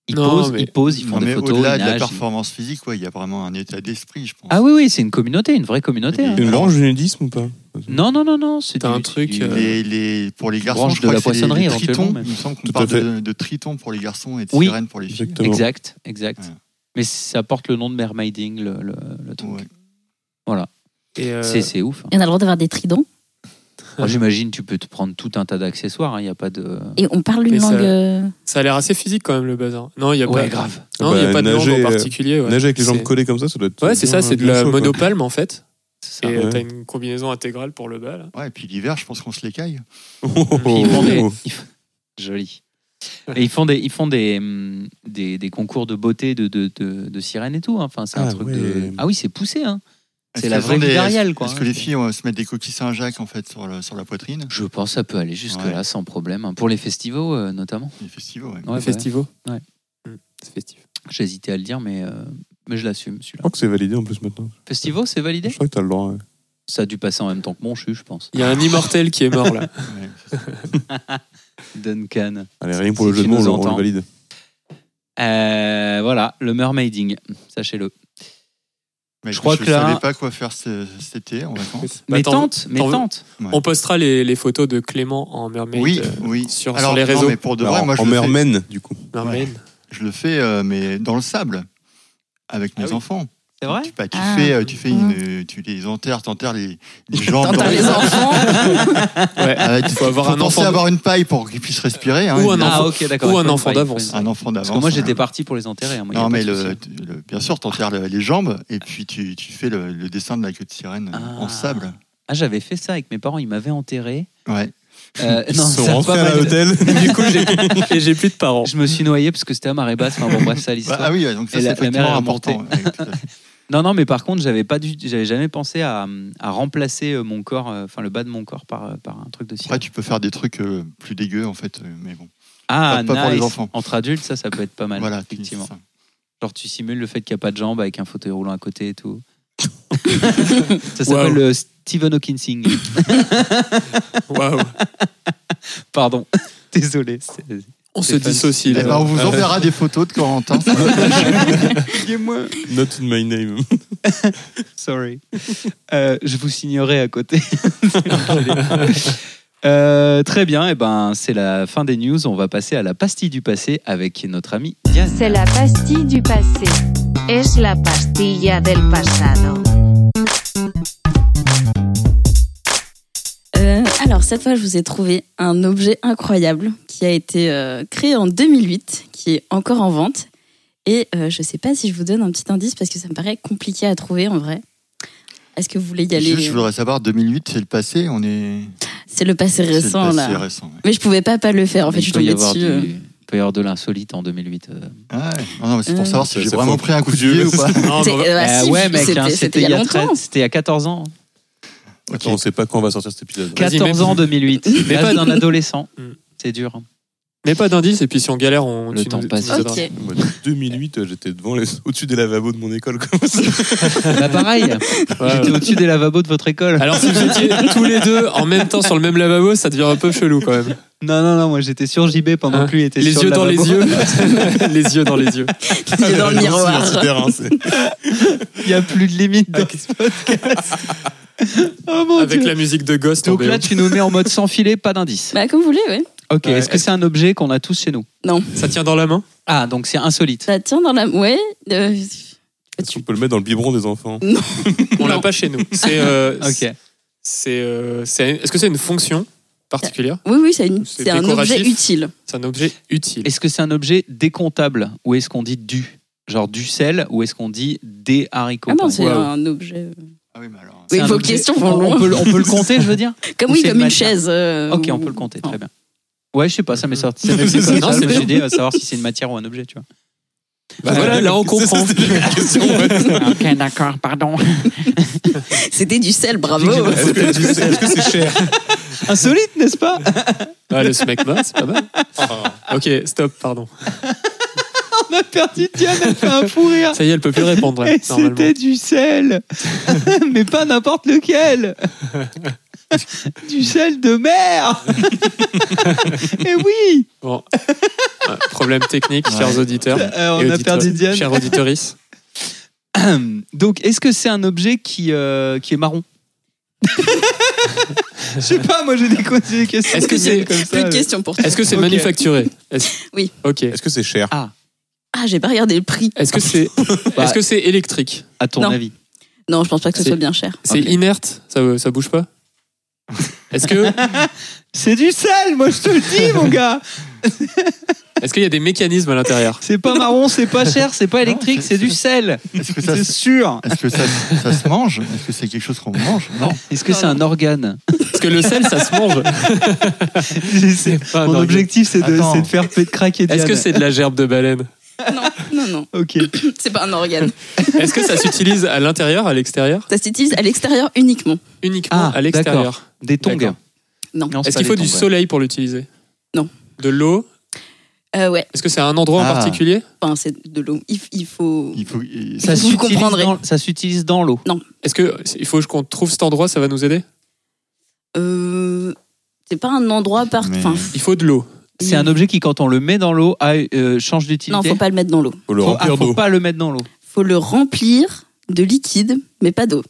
Speaker 2: Ils
Speaker 4: Non,
Speaker 2: posent,
Speaker 4: mais-
Speaker 2: ils posent, ils font
Speaker 3: non, mais
Speaker 2: des photos,
Speaker 3: au-delà
Speaker 2: ils
Speaker 3: de la
Speaker 2: nagent.
Speaker 3: performance physique, ouais, il y a vraiment un état d'esprit, je pense.
Speaker 2: Ah oui, oui, c'est une communauté, une vraie communauté. hein.
Speaker 9: C'est une branche du nudisme ou pas
Speaker 2: Non, non, non, non. c'est
Speaker 4: T'as
Speaker 2: du-
Speaker 4: un truc,
Speaker 2: du-
Speaker 4: euh,
Speaker 3: les, les- pour les garçons,
Speaker 2: branche
Speaker 3: je crois
Speaker 2: de la
Speaker 3: que c'est les-
Speaker 2: poissonnerie,
Speaker 3: les tritons.
Speaker 2: éventuellement, même.
Speaker 3: Il me semble qu'on
Speaker 9: Tout à
Speaker 3: parle
Speaker 9: fait.
Speaker 3: de, de tritons pour les garçons et de
Speaker 2: Oui.
Speaker 3: sirènes pour les filles.
Speaker 9: Exactement.
Speaker 2: Exact, exact.
Speaker 3: Ouais.
Speaker 2: Mais ça porte le nom de mermaiding, le, le, le truc.
Speaker 3: Ouais.
Speaker 4: Et, euh,
Speaker 2: C'est c'est ouf. hein.
Speaker 1: On a le droit d'avoir des tridents.
Speaker 2: Moi, J'imagine tu peux te prendre tout un tas d'accessoires. Il n'y a pas de.
Speaker 1: Et on parle
Speaker 4: Mais
Speaker 1: une
Speaker 4: ça-
Speaker 1: langue. euh,
Speaker 4: ça a l'air assez physique quand même le bazar. Non, il y a
Speaker 2: Ouais,
Speaker 4: pas.
Speaker 2: grave.
Speaker 4: Non, il y a
Speaker 9: Bah,
Speaker 4: pas de langue
Speaker 9: nager,
Speaker 4: en
Speaker 9: euh,
Speaker 4: particulier. ouais.
Speaker 9: Nager avec les jambes
Speaker 4: C'est-
Speaker 9: collées comme ça, ça doit être.
Speaker 4: Ouais, c'est ça.
Speaker 9: bien-
Speaker 4: C'est de
Speaker 9: bien
Speaker 4: la
Speaker 9: chaud, quoi.
Speaker 4: monopalme en fait.
Speaker 2: C'est ça.
Speaker 4: Et
Speaker 9: ouais.
Speaker 4: euh, t'as une combinaison intégrale pour le bal.
Speaker 3: Ouais, et puis l'hiver, je pense qu'on se l'écaille.
Speaker 9: Oh, oh,
Speaker 2: Puis ils font des-
Speaker 9: oh.
Speaker 2: ils font- Joli. Et ils font des, ils font des, hum, des, des concours de beauté de, de, de, de sirène et tout. hein. Enfin, c'est un
Speaker 9: Ah
Speaker 2: truc
Speaker 9: ouais.
Speaker 2: de. Ah oui, c'est poussé. Hein.
Speaker 3: Est-ce
Speaker 2: C'est la
Speaker 3: qu'elles
Speaker 2: vraie
Speaker 3: ont des-
Speaker 2: vie d'Ariel, quoi. hein.
Speaker 3: Est-ce que les filles euh, se mettent des coquilles Saint-Jacques en fait sur, le- sur la poitrine
Speaker 2: Je pense que ça peut aller jusque-là sans problème. hein. Pour les festivals, euh, notamment.
Speaker 3: Les festivals, ouais.
Speaker 2: Ouais,
Speaker 4: les
Speaker 2: bah
Speaker 4: festivals.
Speaker 2: Ouais.
Speaker 4: Mm, C'est festif.
Speaker 2: ouais. J'hésitais à le dire, mais, euh, mais je l'assume,
Speaker 9: Je
Speaker 2: celui-là.
Speaker 9: crois que c'est validé en plus maintenant.
Speaker 2: Festival, c'est
Speaker 9: Je
Speaker 2: validé
Speaker 9: crois que t'as le droit. ouais.
Speaker 2: Ça a dû passer en même temps que mon chu, je pense.
Speaker 4: Il y a un immortel qui est mort là.
Speaker 3: Ouais.
Speaker 2: Duncan.
Speaker 9: Allez, rien que pour le
Speaker 2: Si
Speaker 9: jeu
Speaker 2: tu
Speaker 9: de mots,
Speaker 2: nous
Speaker 9: on on
Speaker 2: entends.
Speaker 9: le valide.
Speaker 2: Euh, voilà, le mermaiding, sachez-le.
Speaker 3: Mais
Speaker 2: Je
Speaker 3: je
Speaker 2: crois
Speaker 3: crois
Speaker 2: que là-
Speaker 3: savais pas quoi faire ce- cet été en vacances.
Speaker 4: Bah,
Speaker 2: mais
Speaker 4: t'en-
Speaker 2: tente, mais
Speaker 4: t'en veux-
Speaker 2: tente.
Speaker 4: On postera les, les photos de Clément en mermaid.
Speaker 3: oui,
Speaker 4: euh,
Speaker 3: oui.
Speaker 4: sur- sur les
Speaker 3: non,
Speaker 4: réseaux.
Speaker 3: mais pour de
Speaker 9: Alors,
Speaker 3: vrai,
Speaker 2: Bah,
Speaker 3: moi, je
Speaker 9: en
Speaker 3: le, fais,
Speaker 9: merman, du coup.
Speaker 4: mermaid.
Speaker 3: je le fais, euh, mais dans le sable, avec
Speaker 2: Ah
Speaker 3: mes
Speaker 4: oui.
Speaker 3: enfants.
Speaker 2: C'est vrai
Speaker 3: Tu, bah, tu
Speaker 1: Ah.
Speaker 3: fais, euh, tu fais
Speaker 1: Mm.
Speaker 3: une, tu les enterres, t'enterres les, les jambes.
Speaker 1: T'as les enfants.
Speaker 4: Ouais.
Speaker 3: Ah, tu-
Speaker 4: Faut avoir un
Speaker 3: penser
Speaker 4: enfant.
Speaker 3: à avoir une paille pour qu'ils puissent respirer. hein,
Speaker 4: Ou un
Speaker 3: évidemment.
Speaker 4: enfant-
Speaker 2: Ah, ok, d'accord.
Speaker 4: ou
Speaker 2: il faut
Speaker 4: un
Speaker 2: une
Speaker 4: enfant
Speaker 2: faille,
Speaker 4: d'avance.
Speaker 2: il faut une
Speaker 3: Un
Speaker 2: faille.
Speaker 3: enfant d'avance.
Speaker 2: Parce que moi, j'étais
Speaker 3: hein.
Speaker 2: parti pour les enterrer. hein, moi, y a
Speaker 3: Non,
Speaker 2: pas
Speaker 3: mais
Speaker 2: de
Speaker 3: le,
Speaker 2: souci.
Speaker 3: le- bien sûr, t'enterres le- les jambes et puis tu, tu fais le, le dessin de la queue de sirène
Speaker 2: Ah.
Speaker 3: en sable.
Speaker 2: Ah, j'avais fait ça avec mes parents, ils m'avaient enterré.
Speaker 3: Ouais.
Speaker 2: Euh,
Speaker 9: Ils
Speaker 2: non,
Speaker 9: sont
Speaker 2: ça a
Speaker 9: rentrés
Speaker 2: pas
Speaker 9: à
Speaker 2: mal-
Speaker 9: l'hôtel.
Speaker 4: Du coup, j'ai- et j'ai plus de parents.
Speaker 2: Je me suis noyé parce que c'était à marée basse. Enfin, bon, bref, ça
Speaker 3: Bah,
Speaker 2: l'histoire.
Speaker 3: ah oui, ouais, donc ça,
Speaker 2: Et
Speaker 3: c'est
Speaker 2: la- la mer
Speaker 3: effectivement
Speaker 2: est
Speaker 3: important. ouais, tout à fait.
Speaker 2: Non, non, mais par contre, j'avais pas du, j'avais jamais pensé à, à remplacer euh, mon corps, euh, enfin le bas de mon corps par, euh, par un truc de
Speaker 3: Après,
Speaker 2: sirène.
Speaker 3: tu peux faire des trucs euh, plus dégueux, en fait, euh, mais bon.
Speaker 2: Ah,
Speaker 3: pas- pas pour les
Speaker 2: nice.
Speaker 3: enfants.
Speaker 2: Entre adultes, ça, ça peut être pas mal.
Speaker 3: voilà, tu-
Speaker 2: effectivement.
Speaker 3: c'est ça.
Speaker 2: Genre, tu simules le fait qu'il n'y a pas de jambes avec un fauteuil roulant à côté et tout. ça
Speaker 4: Wow.
Speaker 2: s'appelle le Stephen Hawking.
Speaker 4: Waouh.
Speaker 2: Pardon. Désolé. c'est-
Speaker 4: On se
Speaker 2: Stéphane.
Speaker 4: dissocie
Speaker 3: Eh
Speaker 4: là.
Speaker 3: ben,
Speaker 1: Euh,
Speaker 3: on vous enverra des photos de Corentin. ça va.
Speaker 9: Not in my name.
Speaker 2: Sorry. Euh, je vous signerai à côté. Euh, très bien, et ben c'est la fin des news. On va passer à la pastille du passé avec notre amie Diane.
Speaker 10: C'est la pastille du passé. Es la pastilla del pasado.
Speaker 1: Euh, alors, cette fois, je vous ai trouvé un objet incroyable qui a été euh, créé en 2008, qui est encore en vente. Et euh, je ne sais pas si je vous donne un petit indice parce que ça me paraît compliqué à trouver en vrai. Est-ce que vous voulez y aller
Speaker 3: Juste, je voudrais savoir, 2008, c'est le passé, on est.
Speaker 1: C'est le passé
Speaker 3: c'est le
Speaker 1: récent
Speaker 3: passé
Speaker 1: là.
Speaker 3: récent, ouais.
Speaker 1: Mais je pouvais pas pas le faire en fait,
Speaker 2: Il
Speaker 1: je suis
Speaker 2: peut y
Speaker 1: tombée
Speaker 2: avoir
Speaker 1: dessus. euh.
Speaker 2: du- il peut y avoir de l'insolite en 2008. euh.
Speaker 3: Ah ouais. Non, non, mais c'est pour
Speaker 1: Euh.
Speaker 3: savoir si
Speaker 9: Ça-
Speaker 3: j'ai
Speaker 9: ça
Speaker 3: vraiment
Speaker 9: faut-
Speaker 3: pris un coup de vieux ou pas.
Speaker 4: Non,
Speaker 1: C'est-
Speaker 4: mais on va-
Speaker 1: euh, ah,
Speaker 2: Euh,
Speaker 1: si,
Speaker 2: ouais, mec, hein,
Speaker 1: c'était-
Speaker 2: c'était
Speaker 1: c'était
Speaker 2: il y a
Speaker 1: longtemps.
Speaker 2: 13 c'était il y a 14 ans.
Speaker 9: Attends, on sait pas quand va sortir cet épisode.
Speaker 4: Vas-y,
Speaker 2: 14 ans
Speaker 4: même-
Speaker 2: 2008.
Speaker 4: Mais
Speaker 2: L'âge
Speaker 4: pas-
Speaker 2: d'un adolescent.
Speaker 4: Hmm.
Speaker 2: C'est dur. hein.
Speaker 4: Mais pas d'indice, et puis si on galère, on.
Speaker 2: Le
Speaker 4: tu
Speaker 2: temps
Speaker 4: nous- tu
Speaker 2: passe.
Speaker 4: nous aideras.
Speaker 1: Ok.
Speaker 9: Moi, de 2008, euh, j'étais devant les... au-dessus des lavabos de mon école. quoi.
Speaker 2: Bah, pareil,
Speaker 4: Ouais,
Speaker 2: j'étais
Speaker 4: Ah. ouais.
Speaker 2: au-dessus des lavabos de votre école.
Speaker 4: Alors si vous étiez tous les deux en même temps sur le même lavabo, ça devient un peu chelou quand même.
Speaker 2: Non, non, non, moi j'étais sur JB pendant
Speaker 4: Hein,
Speaker 2: que lui était
Speaker 4: Les
Speaker 2: sur
Speaker 4: yeux
Speaker 2: le
Speaker 4: dans les
Speaker 2: lavabo.
Speaker 4: yeux. les yeux dans les yeux.
Speaker 1: Il est dans le miroir.
Speaker 9: Terrain, c'est-
Speaker 2: Il n'y a plus de limite dans ce podcast. oh mon
Speaker 4: Avec
Speaker 2: Dieu.
Speaker 4: la hein. musique de Ghost. en
Speaker 2: Donc là,
Speaker 4: BO.
Speaker 2: tu nous mets en mode sans filet, pas d'indice.
Speaker 1: Bah, comme vous voulez, ouais.
Speaker 2: Ok,
Speaker 4: Ouais.
Speaker 2: est-ce que c'est un objet qu'on a tous chez nous
Speaker 1: Non.
Speaker 4: Ça tient dans la main
Speaker 2: Ah, donc c'est insolite.
Speaker 1: Ça tient dans la. Ouais. euh,
Speaker 9: Est-ce qu'on peut le mettre dans le biberon des enfants
Speaker 4: On l'a pas chez nous. C'est. euh,
Speaker 2: Ok.
Speaker 4: c'est, euh, c'est- Est-ce que c'est une fonction particulière
Speaker 1: Oui, oui, c'est une-
Speaker 4: C'est
Speaker 1: c'est un
Speaker 4: décoratif.
Speaker 1: objet utile.
Speaker 4: C'est un objet utile.
Speaker 2: Est-ce que c'est un objet décomptable ou est-ce qu'on dit du Genre du sel ou est-ce qu'on dit des haricots
Speaker 1: Ah non,
Speaker 2: pardon
Speaker 1: c'est
Speaker 4: Wow.
Speaker 1: un objet. euh,
Speaker 3: Ah oui, mais alors.
Speaker 2: C'est
Speaker 1: Oui,
Speaker 2: un
Speaker 1: vos
Speaker 2: objet-
Speaker 1: questions
Speaker 2: on-
Speaker 1: vont
Speaker 2: on
Speaker 1: loin.
Speaker 2: peut, le- on peut le compter, je veux dire
Speaker 1: Comme
Speaker 2: Ou
Speaker 1: oui,
Speaker 2: c'est
Speaker 1: comme
Speaker 2: une
Speaker 1: une
Speaker 2: matière
Speaker 1: chaise. euh,
Speaker 2: Ok, on
Speaker 1: ou-
Speaker 2: peut le compter,
Speaker 1: Non.
Speaker 2: très bien. Ouais, je sais pas, ça m'est sorti. Ça m'est
Speaker 4: Non,
Speaker 2: sorti comme
Speaker 4: c'est
Speaker 2: ça, je me
Speaker 4: bien.
Speaker 2: suis dit, euh, savoir si c'est une matière ou un objet, tu vois.
Speaker 4: Bah voilà, là on comprend.
Speaker 2: ok, d'accord, pardon.
Speaker 1: C'était du sel, bravo.
Speaker 9: Est-ce que est-ce que c'est cher
Speaker 2: Insolite, n'est-ce pas
Speaker 4: Ah, le smegma, c'est pas mal. Ok, stop, pardon.
Speaker 2: On a perdu Diane, elle fait un fou rire.
Speaker 4: Ça y est, elle peut plus répondre. là,
Speaker 2: Et
Speaker 4: normalement.
Speaker 2: c'était du sel, mais pas n'importe lequel. du sel de mer. Et oui,
Speaker 4: Bon. Ouais, problème technique,
Speaker 3: Ouais.
Speaker 4: chers auditeurs.
Speaker 2: Euh, on
Speaker 4: et
Speaker 2: a
Speaker 4: auditeurs-
Speaker 2: perdu Diane.
Speaker 4: Chers auditeurices.
Speaker 2: Donc, est-ce que c'est un objet qui, euh, qui est marron Je sais pas, moi j'ai des, co- j'ai des questions.
Speaker 4: Est-ce que c'est-
Speaker 2: comme ça,
Speaker 1: Plus de
Speaker 2: mais-
Speaker 1: questions pour toi.
Speaker 4: Est-ce que c'est
Speaker 2: Ok.
Speaker 4: manufacturé Est-ce-
Speaker 1: Oui.
Speaker 4: Ok.
Speaker 9: Est-ce que c'est cher
Speaker 1: Ah, j'ai pas regardé le prix.
Speaker 4: Est-ce que c'est
Speaker 2: Bah.
Speaker 4: est-ce que c'est électrique
Speaker 2: À ton
Speaker 1: Non.
Speaker 2: avis
Speaker 1: Non, je pense pas que ce
Speaker 4: C'est-
Speaker 1: soit bien cher.
Speaker 4: C'est
Speaker 2: Ok.
Speaker 4: inerte ça, ça bouge pas Est-ce que
Speaker 2: C'est du sel, moi je te le dis, mon gars.
Speaker 4: est-ce qu'il y a des mécanismes à l'intérieur
Speaker 2: C'est pas marron, c'est pas cher, c'est pas électrique,
Speaker 3: Non,
Speaker 2: c'est
Speaker 3: c'est-
Speaker 2: du sel.
Speaker 3: Est-ce que ça,
Speaker 2: C'est sûr.
Speaker 3: est-ce que ça, ça se mange Est-ce que c'est quelque chose qu'on mange Non.
Speaker 2: Est-ce que c'est un organe
Speaker 4: Parce que le sel, ça se mange.
Speaker 2: C'est-
Speaker 4: pas un
Speaker 2: Mon
Speaker 4: organe.
Speaker 2: objectif, c'est de,
Speaker 3: Attends.
Speaker 2: c'est de faire pe- craquer Diane.
Speaker 4: Est-ce que c'est de la gerbe de baleine
Speaker 1: Non, non, non.
Speaker 2: Ok.
Speaker 1: C'est pas un organe.
Speaker 4: Est-ce que ça s'utilise à l'intérieur, à l'extérieur
Speaker 1: Ça s'utilise à l'extérieur uniquement.
Speaker 2: Ah,
Speaker 4: Uniquement à l'extérieur.
Speaker 2: Des tongs.
Speaker 4: D'accord.
Speaker 1: Non.
Speaker 2: Non, c'est
Speaker 4: Est-ce
Speaker 2: pas
Speaker 4: qu'il faut
Speaker 2: des
Speaker 4: du
Speaker 2: tongs, ouais.
Speaker 4: soleil pour l'utiliser
Speaker 1: Non.
Speaker 4: De l'eau
Speaker 1: Euh, ouais,
Speaker 4: Est-ce que c'est à un endroit en
Speaker 3: Ah.
Speaker 4: particulier
Speaker 1: Enfin, c'est de l'eau. Il, il faut.
Speaker 3: Il faut. il-
Speaker 2: Ça
Speaker 1: Vous
Speaker 2: s'utilise
Speaker 1: comprendrez.
Speaker 2: dans- Ça s'utilise dans l'eau.
Speaker 4: Est-ce que il faut qu'on trouve cet endroit, ça va nous aider
Speaker 1: Euh, c'est pas un endroit par.
Speaker 3: Mais-
Speaker 1: Enfin,
Speaker 4: Il faut de l'eau.
Speaker 2: C'est un objet qui, quand on le met dans l'eau, a, euh, change d'utilité.
Speaker 1: Mm. non, faut pas le mettre dans l'eau.
Speaker 9: Faut le
Speaker 2: Faut- ah,
Speaker 9: remplir
Speaker 2: faut
Speaker 9: d'eau.
Speaker 2: pas le mettre dans l'eau.
Speaker 1: Faut le remplir de liquide, mais pas d'eau.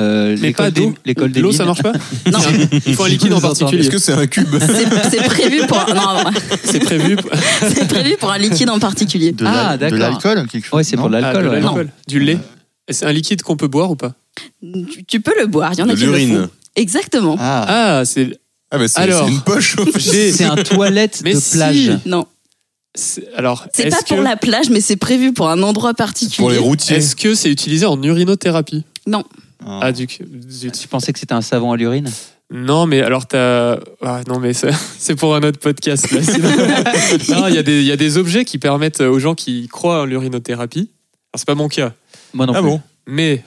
Speaker 2: Euh,
Speaker 4: Mais
Speaker 2: l'école
Speaker 4: pas
Speaker 2: des-
Speaker 4: d'eau.
Speaker 2: L'école des
Speaker 4: L'eau, ça
Speaker 2: mines.
Speaker 4: marche pas
Speaker 1: Non,
Speaker 4: Il faut un liquide en particulier.
Speaker 9: Est-ce que c'est un cube
Speaker 1: c'est c'est prévu pour. Non, non,
Speaker 4: c'est prévu pour-
Speaker 1: c'est prévu pour un liquide en particulier.
Speaker 3: De
Speaker 2: Ah,
Speaker 3: l'al- de
Speaker 2: d'accord.
Speaker 3: l'alcool, quelque chose
Speaker 2: Ouais, c'est
Speaker 3: non
Speaker 2: pour de l'alcool.
Speaker 4: Ah, de
Speaker 2: ouais.
Speaker 4: l'alcool. Du lait. Et C'est un liquide qu'on peut boire ou pas
Speaker 1: Tu, tu peux le boire. Il y en a
Speaker 9: De
Speaker 1: qui le
Speaker 9: l'urine.
Speaker 1: font. Exactement.
Speaker 3: Ah,
Speaker 4: Ah, c'est.
Speaker 9: Ah, mais c'est
Speaker 4: Alors.
Speaker 9: c'est une poche.
Speaker 4: j'ai-
Speaker 2: C'est un toilette
Speaker 4: Mais
Speaker 2: de
Speaker 4: si.
Speaker 2: plage.
Speaker 1: Non,
Speaker 4: c'est- Alors,
Speaker 1: c'est
Speaker 4: est-ce
Speaker 1: pas pour
Speaker 4: que-
Speaker 1: la plage, mais c'est prévu pour un endroit
Speaker 9: Pour les
Speaker 1: particulier.
Speaker 9: routiers.
Speaker 4: Est-ce que c'est utilisé en urinothérapie
Speaker 3: Ah.
Speaker 4: Ah, du zut.
Speaker 2: Tu pensais que c'était un savon à l'urine
Speaker 4: Non, mais alors t'as. Ah, non, mais ça- c'est pour un autre podcast. là, sinon. non, il y, a des- il y a des objets qui permettent aux gens qui croient en l'urinothérapie. Alors, c'est pas mon cas.
Speaker 2: Moi non
Speaker 9: Ah
Speaker 2: plus.
Speaker 9: bon
Speaker 4: Mais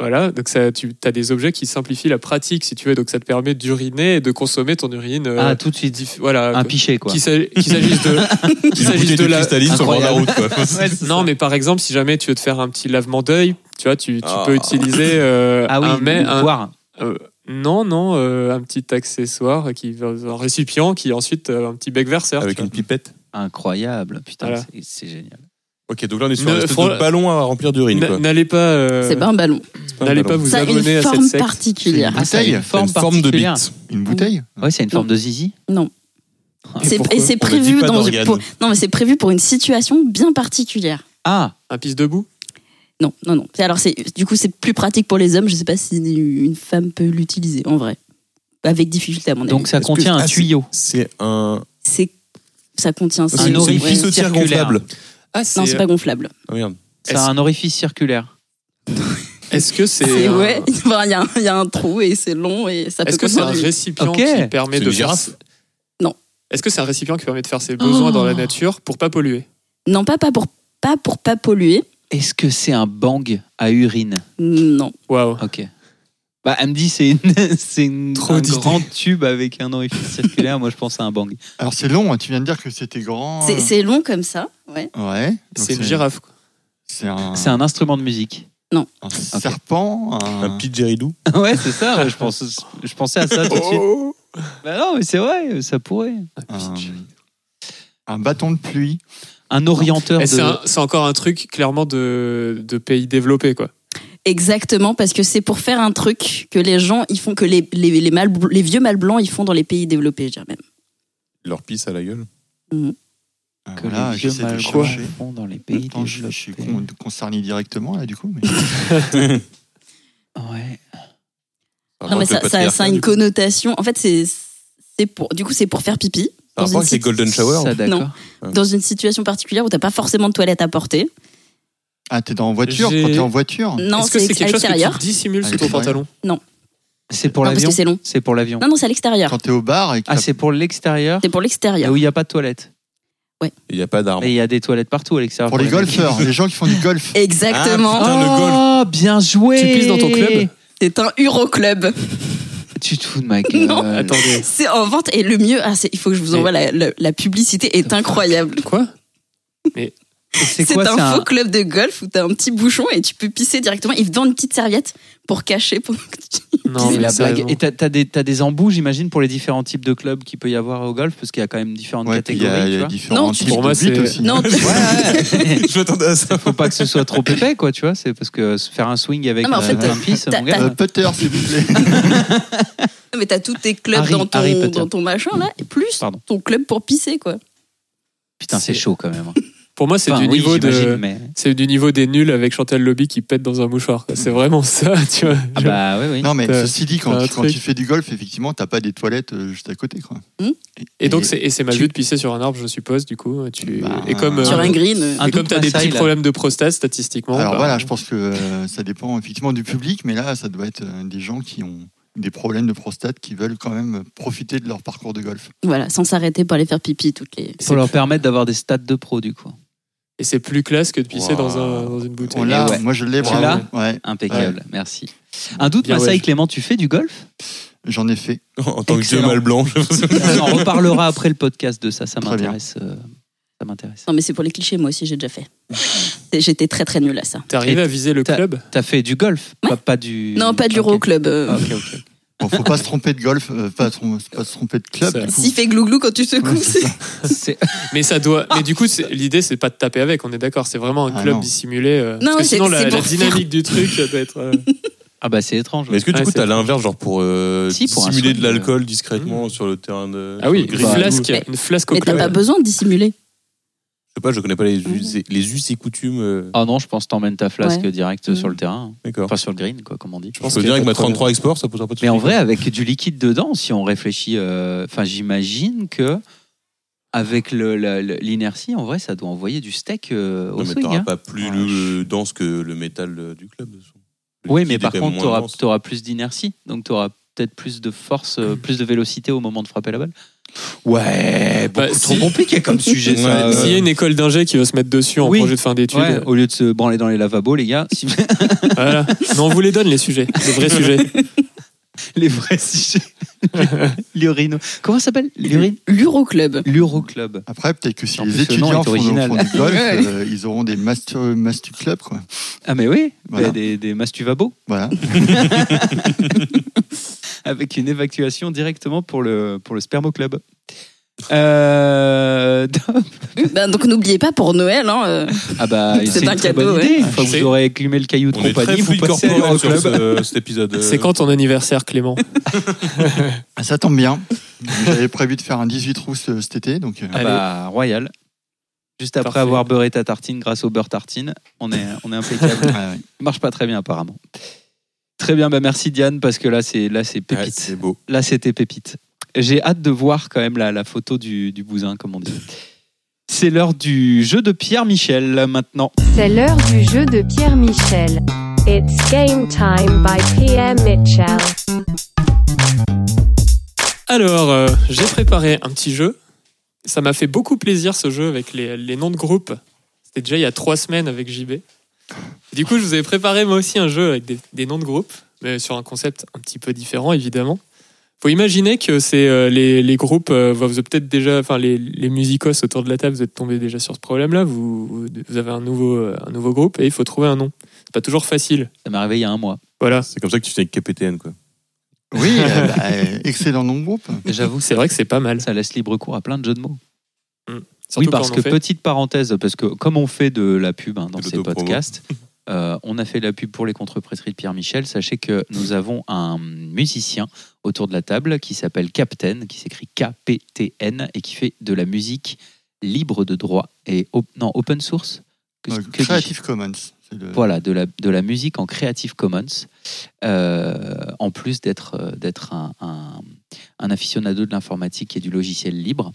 Speaker 4: voilà, donc ça, tu as des objets qui simplifient la pratique, si tu veux. Donc ça te permet d'uriner et de consommer ton urine. euh,
Speaker 2: Ah, tout de suite.
Speaker 4: diff- voilà.
Speaker 2: Un
Speaker 4: que-
Speaker 2: pichet, quoi.
Speaker 4: qu'il s'a- qu'il s'agisse de, qu'il
Speaker 9: Une bouteille
Speaker 4: s'agisse
Speaker 9: de
Speaker 4: de la, Ah,
Speaker 9: cristalline sur le bord de la route, quoi.
Speaker 4: Non,
Speaker 2: Ah.
Speaker 4: mais par exemple, si jamais tu veux te faire un petit lavement d'œil, tu vois, tu, tu
Speaker 9: Ah.
Speaker 4: peux utiliser euh,
Speaker 2: Ah oui,
Speaker 4: un, mais, un-
Speaker 2: boire.
Speaker 4: euh, non, non, euh, un petit accessoire qui va un récipient qui est ensuite euh, un petit bec verseur.
Speaker 9: Avec
Speaker 4: tu vois.
Speaker 9: une pipette.
Speaker 2: Incroyable. Putain,
Speaker 4: Voilà.
Speaker 2: c'est- c'est génial.
Speaker 9: Ok, donc là on est sur
Speaker 4: Ne-
Speaker 9: un espèce
Speaker 4: fran-
Speaker 9: de ballon à remplir d'urine.
Speaker 4: N-
Speaker 9: quoi.
Speaker 4: N'allez pas, euh,
Speaker 1: C'est pas un ballon.
Speaker 9: C'est un
Speaker 4: n'allez pas
Speaker 9: ballon.
Speaker 4: vous
Speaker 1: Ça a
Speaker 4: abonner
Speaker 1: une
Speaker 4: à cette
Speaker 1: forme
Speaker 4: secte.
Speaker 1: particulière.
Speaker 3: Ah,
Speaker 9: C'est
Speaker 3: ça y est,
Speaker 9: une forme, de
Speaker 2: particulière.
Speaker 9: bite.
Speaker 3: une bouteille
Speaker 2: Ah, Ouais, c'est une forme de zizi.
Speaker 1: C'est
Speaker 9: pourquoi
Speaker 1: et c'est
Speaker 9: on ne dit
Speaker 1: prévu
Speaker 9: pas
Speaker 1: dans
Speaker 9: d'organe
Speaker 1: pour- non mais c'est prévu pour une situation bien particulière.
Speaker 2: Ah,
Speaker 4: Un pisse debout.
Speaker 1: Non, non, non. C'est- Alors c'est du coup c'est plus pratique pour les hommes. Je sais pas si une femme peut l'utiliser en vrai, avec difficulté à mon avis.
Speaker 2: donc ça
Speaker 9: Est-ce que-
Speaker 2: contient
Speaker 9: ah,
Speaker 2: un
Speaker 9: c'est-
Speaker 2: tuyau.
Speaker 9: C'est un.
Speaker 1: c'est ça contient ça.
Speaker 9: C'est une,
Speaker 1: Ouais.
Speaker 9: c'est une
Speaker 2: orifice
Speaker 9: fille sautière
Speaker 2: circulaire.
Speaker 9: gonflable.
Speaker 4: Ah,
Speaker 1: Non, c'est pas gonflable.
Speaker 9: Ah, merde.
Speaker 2: C'est un orifice circulaire.
Speaker 4: Est-ce que c'est
Speaker 1: C'est
Speaker 4: un-
Speaker 1: ouais. Enfin, il y, a un- il y a un trou et c'est long et ça peut.
Speaker 4: Est-ce que c'est un
Speaker 1: contenir-
Speaker 4: récipient
Speaker 2: Ok.
Speaker 4: qui permet
Speaker 9: C'est
Speaker 4: de
Speaker 9: une
Speaker 4: faire
Speaker 9: girafe
Speaker 4: ses-
Speaker 1: Non.
Speaker 4: Est-ce que c'est un récipient qui permet de faire
Speaker 1: Oh.
Speaker 4: ses besoins dans la nature pour pas polluer
Speaker 1: Non, pas pas pour pas pour pas polluer.
Speaker 2: Est-ce que c'est un bang à urine
Speaker 1: Non.
Speaker 4: Waouh.
Speaker 2: Ok. Bah, elle me dit c'est une, c'est une
Speaker 4: Trop
Speaker 2: un
Speaker 4: d'idées.
Speaker 2: grand tube avec un orifice circulaire. Moi, je pense à un bang.
Speaker 3: Alors c'est long, hein, tu viens de dire que c'était grand.
Speaker 1: C'est- C'est long comme ça. Ouais.
Speaker 3: Ouais. Donc,
Speaker 4: C'est une girafe. quoi.
Speaker 3: Ah. C'est un,
Speaker 2: C'est un instrument de musique.
Speaker 3: un serpent.
Speaker 9: Un Hein. pidgeridoo.
Speaker 2: ouais, c'est ça. Je, pense, je pensais à ça tout de suite. Bah non, mais c'est vrai, ça pourrait.
Speaker 3: un- Euh, un bâton de pluie.
Speaker 2: Un orienteur
Speaker 4: Et
Speaker 2: de.
Speaker 4: C'est un- c'est encore un truc clairement de, de pays développés quoi.
Speaker 1: Exactement parce que c'est pour faire un truc que les gens ils font que les les les, mâles bl- les vieux mâles blancs ils font dans les pays développés, je dirais même.
Speaker 9: leur pisse à la gueule.
Speaker 3: Ah,
Speaker 2: Que
Speaker 3: voilà,
Speaker 2: les vieux
Speaker 3: j'essaie de
Speaker 2: malheureux
Speaker 3: chercher.
Speaker 2: font dans les pays
Speaker 3: Attends, je, je suis con-
Speaker 2: développés.
Speaker 3: concerné directement là du coup. Mais...
Speaker 2: Ouais.
Speaker 1: Non, mais ça, ça, ça a une connotation. En fait, c'est c'est pour. Du coup, c'est pour faire pipi.
Speaker 9: Par
Speaker 1: dans
Speaker 9: rapport
Speaker 1: une
Speaker 9: avec les
Speaker 1: sit-
Speaker 9: Golden Shower,
Speaker 2: Ça, d'accord.
Speaker 1: Non.
Speaker 4: Hum.
Speaker 1: Dans une situation particulière où t'as pas forcément de toilette à porter.
Speaker 3: Ah, t'es dans en voiture
Speaker 4: J'ai-
Speaker 3: Quand t'es en voiture
Speaker 1: Non,
Speaker 4: Hum. Est-ce que
Speaker 1: c'est
Speaker 4: c'est
Speaker 1: à
Speaker 4: quelque chose que
Speaker 1: l'extérieur.
Speaker 4: tu dissimules sous
Speaker 3: Allez,
Speaker 4: ton
Speaker 3: c'est vrai.
Speaker 4: pantalon
Speaker 2: C'est pour
Speaker 1: Non, parce
Speaker 2: l'avion
Speaker 1: que c'est long.
Speaker 2: C'est pour l'avion.
Speaker 1: Non, non, c'est à l'extérieur.
Speaker 3: Quand t'es au bar et que
Speaker 2: Ah,
Speaker 3: t'as-
Speaker 2: c'est pour l'extérieur
Speaker 1: C'est pour
Speaker 2: là
Speaker 1: l'extérieur.
Speaker 2: où il n'y a pas de toilette.
Speaker 9: Il n'y a pas d'armes.
Speaker 2: Mais il y a des toilettes partout à l'extérieur.
Speaker 3: pour les
Speaker 2: mecs.
Speaker 3: golfeurs, les gens qui font du golf.
Speaker 1: Exactement.
Speaker 9: Ah, putain, le golf.
Speaker 2: Oh, bien joué
Speaker 4: Tu pisses dans ton club
Speaker 1: c'est un Euroclub.
Speaker 2: Tu te fous de ma gueule.
Speaker 1: Non.
Speaker 4: Attendez.
Speaker 1: C'est en vente et le mieux, ah, c'est- il faut que je vous envoie la, la- la publicité est incroyable.
Speaker 4: Quoi
Speaker 2: C'est
Speaker 1: C'est
Speaker 2: quoi
Speaker 1: un
Speaker 2: ça
Speaker 1: faux club de golf où t'as un petit bouchon et tu peux pisser directement. Ils te vendent une petite serviette pour cacher pendant que tu
Speaker 4: Non,
Speaker 2: Mais
Speaker 4: mais
Speaker 2: la
Speaker 4: sérieusement.
Speaker 2: blague. Et t'as t'as des, t'as des embouts, j'imagine, pour les différents types de clubs qu'il peut y avoir au golf, parce qu'il y a quand même différentes
Speaker 3: Ouais, puis il y
Speaker 2: catégories.
Speaker 3: a, il y a
Speaker 2: tu vois.
Speaker 3: différents
Speaker 1: Non, tu-
Speaker 3: types
Speaker 4: Pour moi,
Speaker 3: de bites
Speaker 4: c'est-
Speaker 3: aussi. hein.
Speaker 1: Non, tu-
Speaker 9: Je m'attendais à ça.
Speaker 2: Faut pas que ce soit trop épais, quoi, tu vois. C'est parce que se faire un swing avec
Speaker 1: Non, mais en
Speaker 2: euh,
Speaker 1: fait,
Speaker 2: un fils,
Speaker 1: t'as-
Speaker 2: mon
Speaker 3: Euh,
Speaker 2: gars.
Speaker 3: putter, s'il vous plaît.
Speaker 1: mais t'as tous tes clubs
Speaker 2: Harry-
Speaker 1: dans, ton,
Speaker 2: Harry Potter.
Speaker 1: dans ton machin là, et plus
Speaker 2: Pardon.
Speaker 1: ton club pour pisser quoi.
Speaker 2: Putain, c'est
Speaker 4: c'est-
Speaker 2: chaud quand même. hein.
Speaker 4: Pour moi, c'est
Speaker 2: Enfin,
Speaker 4: du
Speaker 2: oui,
Speaker 4: niveau
Speaker 2: j'imagine,
Speaker 4: de.
Speaker 2: mais-
Speaker 4: C'est du niveau des nuls avec Chantal Lobby qui pète dans un mouchoir. quoi. C'est vraiment ça, tu vois.
Speaker 2: Ah bah oui, oui.
Speaker 3: Non, mais
Speaker 4: T'as-
Speaker 3: ceci dit, quand,
Speaker 4: t'as un
Speaker 3: tu, quand
Speaker 4: truc.
Speaker 3: tu fais du golf, effectivement, t'as pas des toilettes euh, juste à côté. Quoi.
Speaker 1: Hmm.
Speaker 4: Et donc,
Speaker 3: Et-
Speaker 4: c'est et c'est mal
Speaker 3: tu-
Speaker 4: vu de pisser sur un arbre, je suppose, du coup. Tu...
Speaker 3: Bah,
Speaker 4: et comme,
Speaker 1: Sur
Speaker 4: euh,
Speaker 1: un green. euh,
Speaker 2: Un
Speaker 4: et comme
Speaker 2: doute
Speaker 4: t'as des
Speaker 2: Marseille,
Speaker 4: petits
Speaker 2: là.
Speaker 4: problèmes de prostate statistiquement.
Speaker 3: Alors
Speaker 4: bah,
Speaker 3: voilà, je pense que euh, ça dépend effectivement du public, mais là, ça doit être euh, des gens qui ont des problèmes de prostate qui veulent quand même profiter de leur parcours de golf.
Speaker 1: Voilà, sans s'arrêter pour aller faire pipi toutes les.
Speaker 2: Faut leur permettre d'avoir des stats de pro, du coup.
Speaker 4: Et c'est plus classe que de pisser
Speaker 9: Wow.
Speaker 4: dans, un, dans une bouteille.
Speaker 3: On l'a,
Speaker 2: ouais.
Speaker 3: moi je l'ai,
Speaker 2: Tu
Speaker 3: bravo.
Speaker 2: l'as
Speaker 3: Ouais,
Speaker 2: Impeccable, merci. Un doute,
Speaker 4: Bien,
Speaker 2: Massaï
Speaker 4: ouais.
Speaker 2: Clément, tu fais du golf
Speaker 3: j'en ai fait.
Speaker 9: En tant que dieu
Speaker 2: Excellent.
Speaker 9: mal blanc.
Speaker 2: On en reparlera après le podcast de ça, ça
Speaker 3: Très bien.
Speaker 2: m'intéresse. euh, Ça m'intéresse.
Speaker 1: Non, mais c'est pour les clichés, moi aussi j'ai déjà fait. C'est- J'étais très très nulle à ça.
Speaker 4: T'es arrivé à viser le
Speaker 2: t'as-
Speaker 4: club
Speaker 2: T'as fait du golf pas, pas du.
Speaker 1: Non, pas du
Speaker 2: Ok.
Speaker 1: Euroclub. euh,
Speaker 2: Ah, ok, ok.
Speaker 3: Bon, faut pas se tromper de golf, euh, pas, trom- pas se tromper de club.
Speaker 4: Ça-
Speaker 3: bah, du coup.
Speaker 1: S'il fait glouglou quand tu secoues,
Speaker 3: Ouais,
Speaker 1: c'est.
Speaker 3: c'est ça.
Speaker 2: C'est-
Speaker 4: Mais ça doit. Mais du coup, c'est- l'idée, c'est pas de taper avec. On est d'accord. C'est vraiment un
Speaker 3: Ah
Speaker 4: club
Speaker 3: non.
Speaker 4: dissimulé. euh,
Speaker 1: Non,
Speaker 4: parce que
Speaker 1: c'est-
Speaker 4: sinon, la,
Speaker 1: c'est
Speaker 4: la
Speaker 1: pour
Speaker 4: dynamique du truc, ça doit être. euh,
Speaker 2: Ah bah c'est étrange.
Speaker 9: Mais est-ce que du
Speaker 4: Ouais,
Speaker 9: coup,
Speaker 4: c'est-
Speaker 9: t'as l'inverse, genre pour euh,
Speaker 2: Si, pour un Mm.
Speaker 9: simuler
Speaker 2: swing,
Speaker 9: de l'alcool discrètement sur le terrain de.
Speaker 4: Ah oui,
Speaker 9: sur le
Speaker 4: une
Speaker 9: green.
Speaker 2: Bah,
Speaker 4: flasque, une flasque au
Speaker 1: Mais t'as
Speaker 4: club.
Speaker 1: pas besoin de dissimuler.
Speaker 9: Je sais pas, je connais pas les us, et- les us et coutumes. euh,
Speaker 2: Mm. Ah non, je pense que t'emmènes ta flasque
Speaker 1: Ouais.
Speaker 2: direct
Speaker 1: Mhm.
Speaker 2: sur le terrain. hein.
Speaker 9: D'accord.
Speaker 2: Enfin, sur le green, quoi, comme on dit.
Speaker 9: Je
Speaker 4: pense
Speaker 9: peux
Speaker 4: qu'il y
Speaker 9: dire
Speaker 4: a
Speaker 9: avec
Speaker 4: pas
Speaker 9: ma
Speaker 4: de problème.
Speaker 9: 33 Export, ça posera pas de
Speaker 2: Mais en
Speaker 9: soucis.
Speaker 2: vrai, avec du liquide dedans, si on réfléchit. euh, Enfin, j'imagine que. Avec le- la- le- l'inertie, en vrai, ça doit envoyer du steak euh, au
Speaker 9: Non, mais
Speaker 2: swing.
Speaker 9: t'auras
Speaker 2: hein.
Speaker 9: pas plus le dense que le métal euh, du club. de toute façon. Le
Speaker 2: Oui,
Speaker 9: liquide
Speaker 2: mais
Speaker 9: est
Speaker 2: par
Speaker 9: quand même
Speaker 2: contre,
Speaker 9: moins
Speaker 2: t'auras
Speaker 9: dense.
Speaker 2: auras plus d'inertie. Donc, t'auras peut-être plus de force, euh, plus de vélocité au moment de frapper la balle. Ouais,
Speaker 4: Bah,
Speaker 2: beaucoup
Speaker 4: si-
Speaker 2: trop compliqué comme sujet, ça. Euh,
Speaker 9: Ouais,
Speaker 4: S'il y a une école d'ingé qui veut se mettre dessus en
Speaker 2: Oui.
Speaker 4: projet de fin d'études,
Speaker 2: Ouais, au lieu de se branler dans les lavabos, les gars, si-
Speaker 4: voilà. Mais on vous les donne les sujets, les vrais sujets.
Speaker 2: les vrais sujets. L'urino. Comment ça s'appelle L'urine
Speaker 1: L'Euroclub.
Speaker 2: L'uroclub.
Speaker 3: Après, peut-être que si
Speaker 2: En
Speaker 3: les
Speaker 2: plus, le nom est
Speaker 3: étudiants font,
Speaker 2: original.
Speaker 3: font du golf,
Speaker 1: Ouais.
Speaker 3: euh, ils auront des master, master club. Quoi.
Speaker 2: Ah mais oui,
Speaker 3: Voilà.
Speaker 2: bah, des, des mastuvabos
Speaker 3: Voilà.
Speaker 2: avec une évacuation directement pour le, pour le spermoclub. Euh...
Speaker 1: Ben, donc n'oubliez pas pour Noël, hein, euh,
Speaker 2: Ah bah
Speaker 1: C'est
Speaker 2: c'est une
Speaker 1: un
Speaker 2: très
Speaker 1: cadeau,
Speaker 2: bonne
Speaker 1: ouais.
Speaker 2: idée. Une fois que
Speaker 4: C'est-
Speaker 2: vous aurez écumé le caillou de
Speaker 9: On est très
Speaker 2: compagnie, vous
Speaker 9: fluide
Speaker 2: passez à
Speaker 9: corporel sur
Speaker 2: l'Euroclub.
Speaker 9: ce- cet épisode. euh,
Speaker 4: C'est quand ton anniversaire, Clément
Speaker 3: Ah, Ça tombe bien. J'avais prévu de faire un 18 trous ce- cet été, donc euh,
Speaker 2: Ah bah royal. Juste après
Speaker 4: Parfait.
Speaker 2: avoir beurré ta tartine grâce au beurre tartine, on est, on est impeccable.
Speaker 3: ouais, ouais.
Speaker 2: marche pas très bien apparemment. Très bien, bah merci Diane parce que là c'est là c'est
Speaker 9: ouais,
Speaker 2: pépite.
Speaker 9: C'est beau.
Speaker 2: là c'était pépite. J'ai hâte de voir quand même la, la photo du, du bousin comme on dit. C'est l'heure du jeu de Pierre Michel maintenant.
Speaker 10: C'est l'heure du jeu de Pierre Michel. It's game time by Pierre Mitchell.
Speaker 4: Alors, euh, j'ai préparé un petit jeu. Ça m'a fait beaucoup plaisir ce jeu avec les, les noms de groupes. C'était déjà il y a trois semaines avec JB. Du coup, je vous avais préparé moi aussi un jeu avec des, des noms de groupes, mais sur un concept un petit peu différent évidemment. Faut imaginer que c'est euh, les, les groupes, euh, vous êtes peut-être déjà, enfin les, les musicos autour de la table, vous êtes tombés déjà sur ce problème-là. Vous, vous- vous avez un nouveau, euh, un nouveau groupe et il faut trouver un nom. C'est pas toujours facile.
Speaker 2: Ça m'est arrivé il y a un mois.
Speaker 4: Voilà.
Speaker 9: C'est comme ça que tu fais avec KPTN, quoi.
Speaker 3: Oui, euh, bah, euh, excellent nom de groupe.
Speaker 2: J'avoue,
Speaker 4: C'est vrai que c'est pas mal.
Speaker 2: ça laisse libre cours à plein de jeux de mots.
Speaker 4: Surtout
Speaker 2: oui, parce
Speaker 4: quand on
Speaker 2: que
Speaker 4: en fait.
Speaker 2: petite parenthèse, parce que comme on fait de la pub hein, dans
Speaker 9: De
Speaker 2: ces
Speaker 9: l'autopromo.
Speaker 2: podcasts, Euh, on a fait la pub pour les contrepréteries de Pierre Michel. Sachez que nous avons un musicien autour de la table qui s'appelle Captain, qui s'écrit K-P-T-N et qui fait de la musique libre de droit et op- non open source. Que-
Speaker 3: Euh,
Speaker 2: que dis-je
Speaker 3: Creative Commons. c'est le-
Speaker 2: voilà, de la, de la musique en Creative Commons, euh, en plus d'être euh, d'être un, un, un aficionado de l'informatique et du logiciel libre,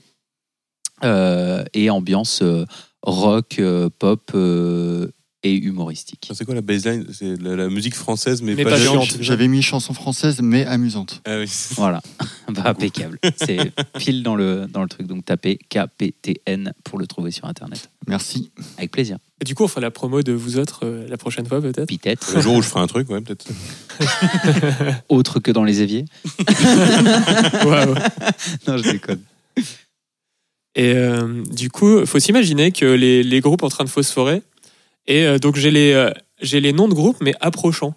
Speaker 2: Euh, et ambiance euh, rock, euh, pop euh, et humoristique.
Speaker 9: C'est quoi la baseline C'est de la, la musique française, mais,
Speaker 4: Mais
Speaker 9: pas,
Speaker 4: pas
Speaker 9: chiante.
Speaker 4: chiante.
Speaker 3: J'avais mis chanson française, mais amusante.
Speaker 9: Ah oui.
Speaker 2: Voilà, bah, impeccable. C'est pile dans le, dans le truc, donc tapez KPTN pour le trouver sur Internet.
Speaker 3: Merci.
Speaker 2: Avec plaisir.
Speaker 4: Et du coup, on fera la promo de vous autres euh, la prochaine fois, peut-être.
Speaker 2: Pitette,
Speaker 9: Le jour où je ferai un truc, ouais, peut-être.
Speaker 2: autre que dans les éviers.
Speaker 4: Waouh.
Speaker 2: Non, je déconne.
Speaker 4: Et euh, du coup, faut s'imaginer que les, les groupes en train de phosphorer. Et euh, donc, j'ai les, euh, j'ai les noms de groupes, mais approchants.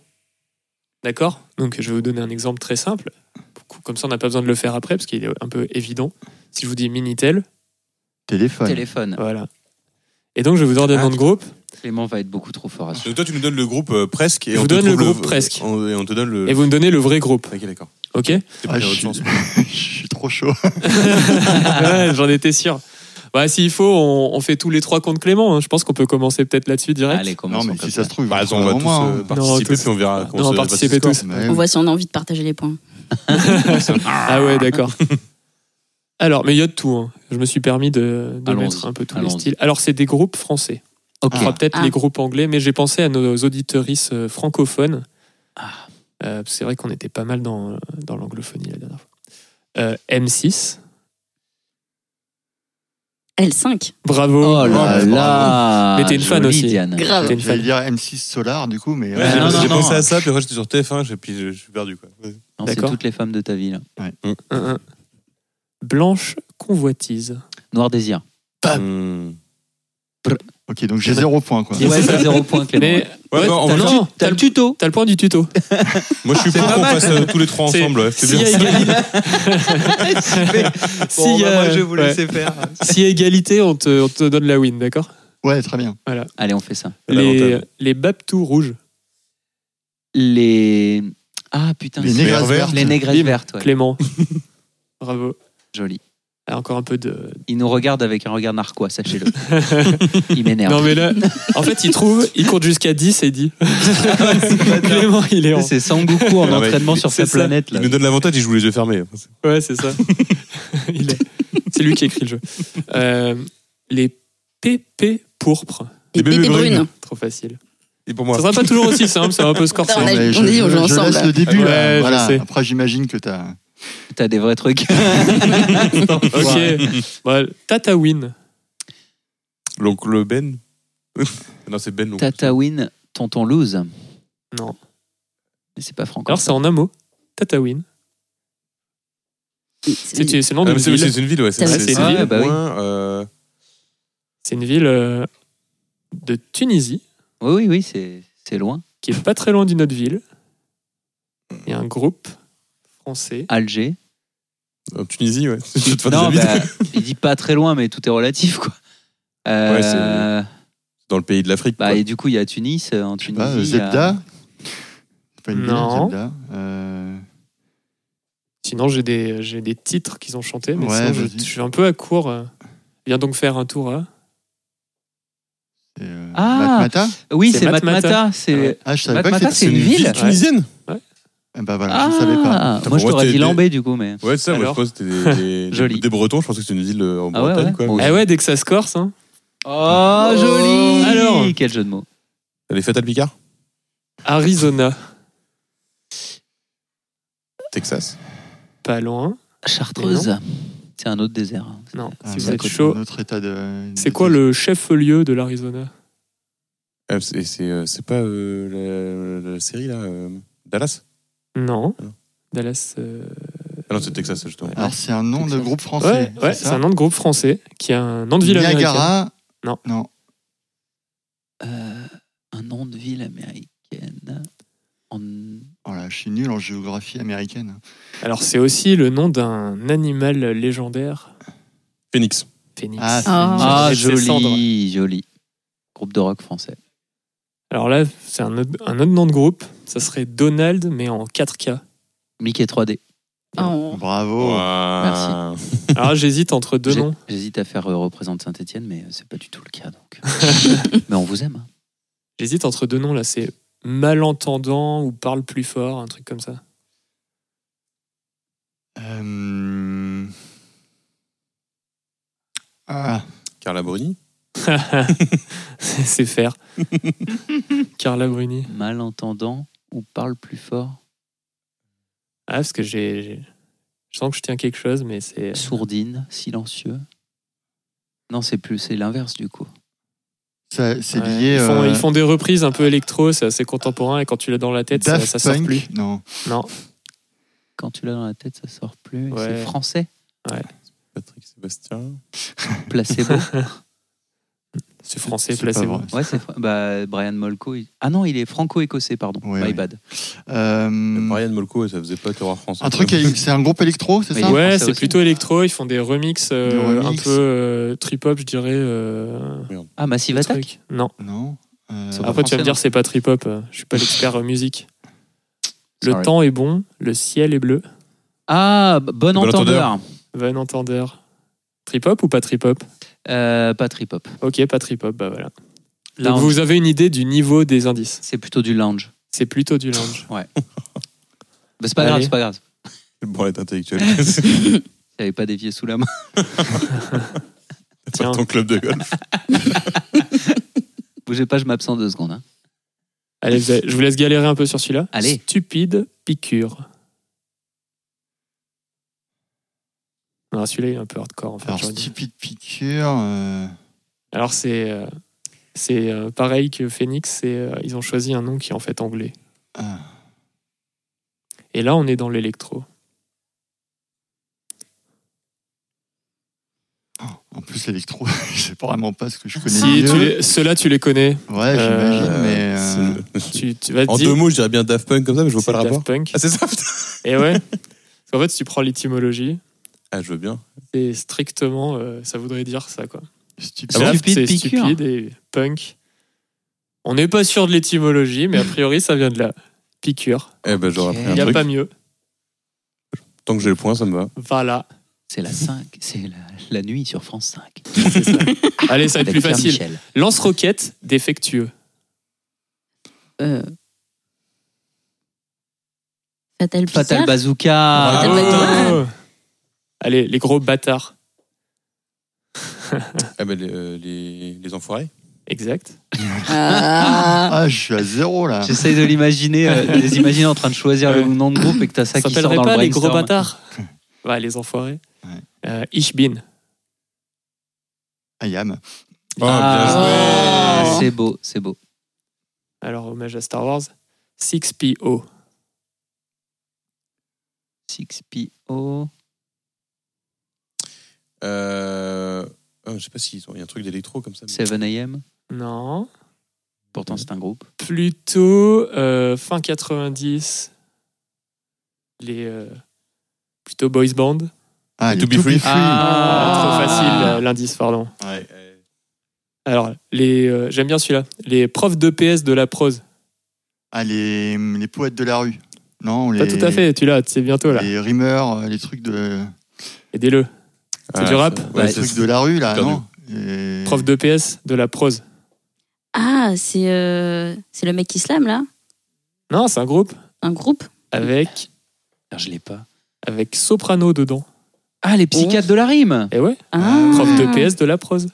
Speaker 4: D'accord Donc, je vais vous donner un exemple très simple. Comme ça, on n'a pas besoin de le faire après, parce qu'il est un peu évident. Si je vous dis Minitel,
Speaker 3: Téléphone.
Speaker 2: Téléphone.
Speaker 4: voilà. Et donc, je vais vous donner un
Speaker 9: Ah,
Speaker 4: nom de groupe.
Speaker 2: Clément va être beaucoup trop fort à ce
Speaker 9: Donc toi, tu nous donnes le groupe euh, presque. Et
Speaker 4: Je
Speaker 9: on
Speaker 4: vous
Speaker 9: te
Speaker 4: donne le
Speaker 9: trouve
Speaker 4: groupe presque.
Speaker 9: on- et on te donne le.
Speaker 4: Et vous me donnez le vrai groupe,
Speaker 9: Ok, d'accord.
Speaker 4: ok
Speaker 9: T'es pas
Speaker 3: Ah,
Speaker 9: ah,
Speaker 3: je,
Speaker 9: autre
Speaker 3: suis...
Speaker 9: chance.
Speaker 3: je suis trop chaud.
Speaker 4: Ouais, J'en étais sûr. Bah, s'il faut, on, on fait tous les trois contre Clément. hein. Je pense qu'on peut commencer peut-être là-dessus direct.
Speaker 2: Allez,
Speaker 3: Non,
Speaker 2: commençons
Speaker 3: mais
Speaker 2: comme
Speaker 3: si ça
Speaker 2: ça.
Speaker 3: se trouve,
Speaker 9: Bah,
Speaker 3: ils
Speaker 9: attends,
Speaker 3: vont
Speaker 9: on va
Speaker 3: trouver
Speaker 9: tous
Speaker 3: avant moi,
Speaker 9: euh,
Speaker 3: hein.
Speaker 9: participer,
Speaker 4: tous.
Speaker 9: puis on verra comment
Speaker 4: Non,
Speaker 9: ça va se
Speaker 4: participez
Speaker 9: passer.
Speaker 4: tous.
Speaker 3: Ouais,
Speaker 1: On voit si on a envie de partager les points.
Speaker 4: Ah ouais, d'accord. Alors, mais il y a de tout. hein. Je me suis permis de, de
Speaker 2: Allons-y.
Speaker 4: mettre un peu tous les
Speaker 2: Allons-y.
Speaker 4: styles. Alors, c'est des groupes français.
Speaker 2: Ok.
Speaker 4: On fera peut-être
Speaker 1: Ah.
Speaker 4: les groupes anglais, mais j'ai pensé à nos auditeuristes euh, francophones.
Speaker 2: Ah.
Speaker 4: Euh, c'est vrai qu'on était pas mal dans, euh, dans l'anglophonie la dernière fois. Euh, M6.
Speaker 1: L5.
Speaker 4: Bravo.
Speaker 2: Oh là
Speaker 3: Ouais,
Speaker 2: là
Speaker 4: Mais t'es une fan
Speaker 2: Jolie,
Speaker 4: aussi.
Speaker 2: Diane.
Speaker 1: Grave.
Speaker 4: T'es une fan.
Speaker 3: J'allais dire M6 Solar, du coup, mais. euh,
Speaker 9: Ouais,
Speaker 2: Ah,
Speaker 9: j'ai-
Speaker 2: non, non,
Speaker 9: J'ai
Speaker 2: non.
Speaker 9: pensé à ça, puis après j'étais sur TF1, j'ai- puis je je suis perdu. Quoi.
Speaker 2: Non, c'est
Speaker 4: D'accord.
Speaker 2: toutes les femmes de ta vie. là.
Speaker 4: Un, un. Blanche convoitise.
Speaker 2: Noir désir.
Speaker 9: Hmm.
Speaker 3: Ok, donc j'ai zéro point, quoi.
Speaker 4: Ouais,
Speaker 2: Ouais, c'est
Speaker 4: ça.
Speaker 2: zéro point, Clément.
Speaker 4: Mais
Speaker 9: Ouais, bah, on va
Speaker 4: t'as,
Speaker 9: faire-
Speaker 4: non,
Speaker 2: T'as
Speaker 4: t'as
Speaker 2: le
Speaker 4: le,
Speaker 2: tuto.
Speaker 4: t'as le point du tuto.
Speaker 9: Moi je suis pour
Speaker 4: pas
Speaker 9: qu'on
Speaker 4: mal.
Speaker 9: passe euh, tous les trois
Speaker 4: C'est-
Speaker 9: ensemble. ouais, C'est
Speaker 4: S'il y
Speaker 9: bien.
Speaker 4: a égalité, S'il y a- euh, ouais.
Speaker 2: faire.
Speaker 4: S'il y a égalité, on te, on te donne la win, d'accord
Speaker 3: Ouais, très bien.
Speaker 2: Allez, on fait ça.
Speaker 4: les, euh,
Speaker 9: L'avantage.
Speaker 4: les Babtou rouges.
Speaker 2: Les. Ah putain,
Speaker 3: Les
Speaker 2: c'est-
Speaker 3: négresses vertes.
Speaker 2: Les négresses
Speaker 4: Bim.
Speaker 2: vertes, ouais.
Speaker 4: Clément. Bravo.
Speaker 2: Joli.
Speaker 4: Ah, encore un peu de.
Speaker 2: Ils nous regardent avec un regard narquois, sachez-le. Ils m'énervent.
Speaker 4: Non, mais là, en fait, il trouve, il compte jusqu'à 10 et dit. Clément, il est en.
Speaker 2: C'est Sangoku en
Speaker 9: Ah ouais,
Speaker 2: entraînement
Speaker 9: mais
Speaker 2: sur
Speaker 9: c'est
Speaker 2: sa
Speaker 9: ça.
Speaker 2: planète. Là.
Speaker 9: Il nous donne l'avantage, il joue les yeux fermés.
Speaker 4: Ouais, c'est ça. Il est- C'est lui qui écrit le jeu. Euh, les PP pourpres.
Speaker 1: Les
Speaker 9: Les bébés
Speaker 1: bébés
Speaker 9: brunes.
Speaker 1: brunes.
Speaker 4: Trop facile.
Speaker 9: Et pour moi.
Speaker 4: Ça sera pas toujours aussi simple, ça va un peu scorsé.
Speaker 1: On a-
Speaker 3: Mais
Speaker 1: on
Speaker 3: je,
Speaker 1: dit, on
Speaker 3: je-
Speaker 1: joue
Speaker 3: je
Speaker 1: ensemble,
Speaker 3: laisse
Speaker 1: là.
Speaker 3: le début,
Speaker 4: Ouais,
Speaker 3: là.
Speaker 4: je
Speaker 3: Voilà.
Speaker 4: sais.
Speaker 3: Après, j'imagine que t'as.
Speaker 2: T'as des vrais trucs.
Speaker 4: Ok. Bon, Tatawin.
Speaker 9: L'oncle Ben Non, c'est Ben. l'oncle.
Speaker 2: Tatawin, tonton loose.
Speaker 4: Non.
Speaker 2: Mais c'est pas franco.
Speaker 4: Alors, c'est en un mot. Tatawin. C'est c'est le nom
Speaker 9: Ah,
Speaker 4: de
Speaker 9: mais C'est
Speaker 4: ville.
Speaker 9: c'est une ville, ouais.
Speaker 1: Ah,
Speaker 4: c'est une
Speaker 9: un
Speaker 4: ville.
Speaker 2: bah oui.
Speaker 9: coin, euh,
Speaker 4: C'est une ville euh, de Tunisie
Speaker 2: Oui, oui, oui, c'est c'est loin.
Speaker 4: qui est pas très loin d'une autre ville. Il y a un groupe français.
Speaker 2: Alger.
Speaker 9: En Tunisie, ouais. Je vais te faire des
Speaker 2: Non,
Speaker 9: amis.
Speaker 2: bah, il dit pas très loin, mais tout est relatif, quoi. Euh,
Speaker 9: Ouais, c'est- Dans le pays de l'Afrique.
Speaker 2: bah,
Speaker 9: quoi.
Speaker 2: et du coup, il y a Tunis, euh, en Tunisie.
Speaker 3: Bah, euh,
Speaker 2: il y a-
Speaker 3: Zebda C'est pas une ville,
Speaker 4: Non.
Speaker 3: Zebda. Euh,
Speaker 4: Sinon, j'ai des, j'ai des titres qu'ils ont chantés, mais
Speaker 3: Ouais,
Speaker 4: sinon, je,
Speaker 3: vas-y.
Speaker 4: je suis un peu à court. euh. Viens donc faire un tour hein. à.
Speaker 3: c'est, euh,
Speaker 2: Ah.
Speaker 3: Matmata
Speaker 2: Oui,
Speaker 4: C'est
Speaker 2: c'est
Speaker 4: Matmata.
Speaker 2: Matmata. C'est.
Speaker 4: Ouais.
Speaker 3: Ah, je savais pas
Speaker 2: Matmata,
Speaker 3: que
Speaker 2: c'est
Speaker 3: c'était
Speaker 2: une ville.
Speaker 9: tunisienne
Speaker 3: Eh ben voilà,
Speaker 2: Ah,
Speaker 3: je savais pas.
Speaker 2: moi je
Speaker 9: Moi,
Speaker 2: t'aurais
Speaker 9: t'es-
Speaker 2: dit Lambé du coup, mais.
Speaker 9: Ouais, c'est ça, moi je
Speaker 4: Alors
Speaker 9: pense que c'était des, des-
Speaker 2: Joli.
Speaker 9: des Bretons, je pensais que c'était une ville euh, en
Speaker 2: Ah ouais,
Speaker 9: Bretagne,
Speaker 2: ouais.
Speaker 9: quoi.
Speaker 2: Moi
Speaker 9: Mais-
Speaker 2: aussi.
Speaker 4: Ah ouais, dès que ça se corse. Hein.
Speaker 2: Oh,
Speaker 4: joli Alors
Speaker 2: Quel jeu de mots
Speaker 9: Elle est Fatal Picard
Speaker 4: Arizona,
Speaker 9: Texas.
Speaker 4: pas loin.
Speaker 2: Chartreuse. C'est un autre désert. hein.
Speaker 4: Non,
Speaker 3: Ah,
Speaker 4: si vous
Speaker 3: bah,
Speaker 4: êtes
Speaker 3: écoute,
Speaker 4: chaud.
Speaker 3: notre état de-
Speaker 4: C'est quoi le chef-lieu de l'Arizona
Speaker 9: Ah, c'est- c'est euh, c'est pas euh, la, la série, là euh, Dallas
Speaker 4: Non.
Speaker 9: Non.
Speaker 4: Dallas. euh,
Speaker 9: Ah non, c'est Texas, justement.
Speaker 3: Alors, c'est un nom de groupe français.
Speaker 4: Ouais, ouais, c'est un nom de groupe français qui a un nom de ville américaine.
Speaker 3: Niagara.
Speaker 4: Non.
Speaker 3: Non.
Speaker 2: Euh, un nom de ville américaine. En...
Speaker 3: Oh là, je suis nul en géographie américaine.
Speaker 4: Alors, c'est aussi le nom d'un animal légendaire,
Speaker 9: Phoenix.
Speaker 4: Phoenix.
Speaker 3: Ah, c'est
Speaker 1: Ah.
Speaker 3: nul.
Speaker 2: Ah,
Speaker 4: c'est Cendre.
Speaker 2: joli, joli. Groupe de rock français.
Speaker 4: Alors là, c'est un autre, un autre nom de groupe. Ça serait Donald, mais en 4K.
Speaker 2: Mickey 3D.
Speaker 1: Oh.
Speaker 3: Bravo.
Speaker 2: Merci.
Speaker 4: Alors j'hésite entre deux
Speaker 2: J'ai-
Speaker 4: noms.
Speaker 2: J'hésite à faire euh, représente Saint-Etienne, mais euh, c'est pas du tout le cas. Donc. mais on vous aime. hein.
Speaker 4: J'hésite entre deux noms là. C'est malentendant ou parle plus fort, un truc comme ça.
Speaker 3: Euh, Ah,
Speaker 9: Carla Bruni
Speaker 4: c'est faire. Carla Bruni.
Speaker 2: Malentendant ou parle plus fort.
Speaker 4: Ah parce que j'ai, j'ai- je sens que je tiens quelque chose, mais c'est
Speaker 2: Sourdine, silencieux. Non, c'est plus, c'est l'inverse du coup.
Speaker 3: ça- c'est
Speaker 4: Ouais,
Speaker 3: lié.
Speaker 4: Ils font,
Speaker 3: euh,
Speaker 4: ils font des reprises un peu électro, c'est assez contemporain et quand tu l'as dans la tête, ça,
Speaker 3: Daft
Speaker 4: ça sort
Speaker 3: Punk.
Speaker 4: plus.
Speaker 3: Non.
Speaker 4: Non,
Speaker 2: Quand tu l'as dans la tête, ça sort plus. et
Speaker 4: Ouais.
Speaker 2: C'est français.
Speaker 9: Patrick Sébastien.
Speaker 2: Placebo.
Speaker 4: c'est français,
Speaker 3: c'est pas
Speaker 4: placebo.
Speaker 3: vrai.
Speaker 2: ouais, c'est fr- bah, Brian Molko. il- Ah non, il est franco-écossais, pardon.
Speaker 3: Ouais,
Speaker 2: My
Speaker 3: ouais.
Speaker 2: bad.
Speaker 3: Euh,
Speaker 9: Brian Molko, ça faisait pas terror français.
Speaker 3: Un truc, avec- c'est un groupe électro, c'est
Speaker 2: Mais
Speaker 3: ça
Speaker 2: ouais,
Speaker 4: Ouais,
Speaker 2: français
Speaker 4: c'est
Speaker 2: aussi.
Speaker 4: plutôt électro. Ils font des remixes euh,
Speaker 3: Des remixes.
Speaker 4: un peu euh, trip-hop, je dirais. euh,
Speaker 2: Ah, Massive
Speaker 4: le
Speaker 2: Attack.
Speaker 4: truc. Non.
Speaker 3: Non. euh,
Speaker 2: C'est pas-
Speaker 4: Après, tu vas
Speaker 2: français,
Speaker 4: me dire, c'est pas trip-hop. euh, Je suis pas l'expert euh, musique. Le
Speaker 2: Sorry.
Speaker 4: temps est bon, le ciel est bleu.
Speaker 2: Ah, b- bon,
Speaker 9: Bon
Speaker 2: entendeur.
Speaker 4: Van Entender. Trip-hop ou pas trip-hop
Speaker 2: Euh, pas trip hop.
Speaker 4: Ok, pas trip-hop, bah voilà.
Speaker 2: Là,
Speaker 4: Donc,
Speaker 2: on-
Speaker 4: vous avez une idée du niveau des indices.
Speaker 2: c'est plutôt du lounge.
Speaker 4: C'est plutôt du lounge.
Speaker 2: Bah, c'est pas
Speaker 4: Allez.
Speaker 2: grave, c'est pas grave.
Speaker 9: Bon, être intellectuel.
Speaker 2: J'avais pas dévié sous la main.
Speaker 4: Tiens.
Speaker 9: Tiens. ton club de golf.
Speaker 2: Bougez pas, je m'absente deux secondes. hein.
Speaker 4: Allez, vous avez- je vous laisse galérer un peu sur celui-là.
Speaker 2: Allez.
Speaker 4: Stupide piqûre. Alors, celui-là, il est un peu hardcore, en fait.
Speaker 3: Alors,
Speaker 4: j'aurais dit.
Speaker 3: Stupid Picture. euh,
Speaker 4: Alors c'est euh, c'est euh, pareil que Phoenix, c'est euh, ils ont choisi un nom qui est en fait anglais.
Speaker 3: ah,
Speaker 4: Et là on est dans l'électro.
Speaker 3: En plus, l'électro, je sais pas vraiment pas ce que je connais.
Speaker 4: Si
Speaker 3: mieux.
Speaker 4: tu les- ceux-là tu les connais,
Speaker 3: Ouais, j'imagine,
Speaker 4: Euh,
Speaker 3: mais. euh,
Speaker 9: c'est-
Speaker 4: tu, tu vas te
Speaker 9: En
Speaker 4: dire
Speaker 9: deux mots, je dirais bien Daft Punk comme ça, mais je vois
Speaker 4: c'est
Speaker 9: pas le rapport.
Speaker 4: Daft Punk.
Speaker 9: Ah, c'est ça, putain.
Speaker 4: Et ouais. Parce qu'en fait si tu prends l'étymologie,
Speaker 9: Ah, je veux bien.
Speaker 4: c'est strictement euh, ça voudrait dire ça quoi.
Speaker 3: Stupid.
Speaker 2: Ah bon
Speaker 4: Daft, c'est
Speaker 2: Stupide piqûre.
Speaker 4: stupide et punk. On n'est pas sûr de l'étymologie, mais a priori ça vient de là. Piqûre.
Speaker 9: Eh ben, j'aurais
Speaker 2: Ok.
Speaker 9: appris
Speaker 4: Il
Speaker 9: un
Speaker 4: n'y a
Speaker 9: truc.
Speaker 4: pas mieux.
Speaker 9: Tant que j'ai le point, ça me va.
Speaker 4: Voilà.
Speaker 2: C'est la 5, c'est la, la nuit sur France 5.
Speaker 4: Allez, ça va être
Speaker 2: Avec
Speaker 4: plus
Speaker 2: Pierre
Speaker 4: facile.
Speaker 2: Michel.
Speaker 4: Lance-roquette défectueux.
Speaker 1: Euh... Fatal Picard.
Speaker 2: Fatal
Speaker 4: Ah,
Speaker 2: Bazooka.
Speaker 1: Bravo.
Speaker 4: Bravo. Allez, les gros bâtards.
Speaker 9: Ah, ben, les, euh, les, les enfoirés.
Speaker 4: Exact.
Speaker 1: Ah.
Speaker 3: Ah, je suis à zéro là.
Speaker 2: J'essaye de l'imaginer, euh, de les imaginer en train de choisir le
Speaker 4: Ouais.
Speaker 2: nom de groupe et que t'as ça,
Speaker 4: Ça
Speaker 2: qui sort
Speaker 4: s'appellerait
Speaker 2: dans
Speaker 4: pas
Speaker 2: le
Speaker 4: les gros
Speaker 2: brainstorm.
Speaker 4: bâtards Ouais, les enfoirés.
Speaker 3: Ouais.
Speaker 4: Euh, ich bin.
Speaker 3: Ah, Yam.
Speaker 9: Oh,
Speaker 2: Ah,
Speaker 9: bien joué.
Speaker 2: C'est beau, c'est beau.
Speaker 4: Alors, hommage à Star Wars. 6PO.
Speaker 2: 6PO.
Speaker 9: Euh, ah, je sais pas s'il y a un truc d'électro comme ça. mais-
Speaker 2: 7am.
Speaker 4: Non.
Speaker 2: Pourtant, c'est un groupe.
Speaker 4: Plutôt euh, fin 90. Les. euh, plutôt boys band.
Speaker 3: Ah, les
Speaker 9: To Be Free.
Speaker 2: Ah.
Speaker 4: Trop facile, euh, l'indice, pardon.
Speaker 9: Ouais, euh,
Speaker 4: Alors, les, euh, j'aime bien celui-là. Les profs d'EPS de la prose.
Speaker 3: Ah, les, les poètes de la rue. Non, les.
Speaker 4: Pas tout à fait, tu l'as, c'est bientôt là.
Speaker 3: Les rimeurs, euh, les trucs de.
Speaker 4: Aidez-le. C'est
Speaker 9: ah,
Speaker 4: du rap
Speaker 9: ouais,
Speaker 3: les
Speaker 9: c'est-
Speaker 3: trucs de la rue là,
Speaker 9: perdu.
Speaker 3: non Et-
Speaker 4: Prof d'EPS de la prose.
Speaker 1: Ah, c'est euh, c'est le mec qui slame là,
Speaker 4: Non, c'est un groupe
Speaker 1: un groupe.
Speaker 4: avec
Speaker 2: Putain, Je l'ai pas.
Speaker 4: avec soprano dedans.
Speaker 2: Ah, les psychiatres de la rime.
Speaker 4: Et ouais,
Speaker 1: Ah.
Speaker 4: prof de E. PS de la prose.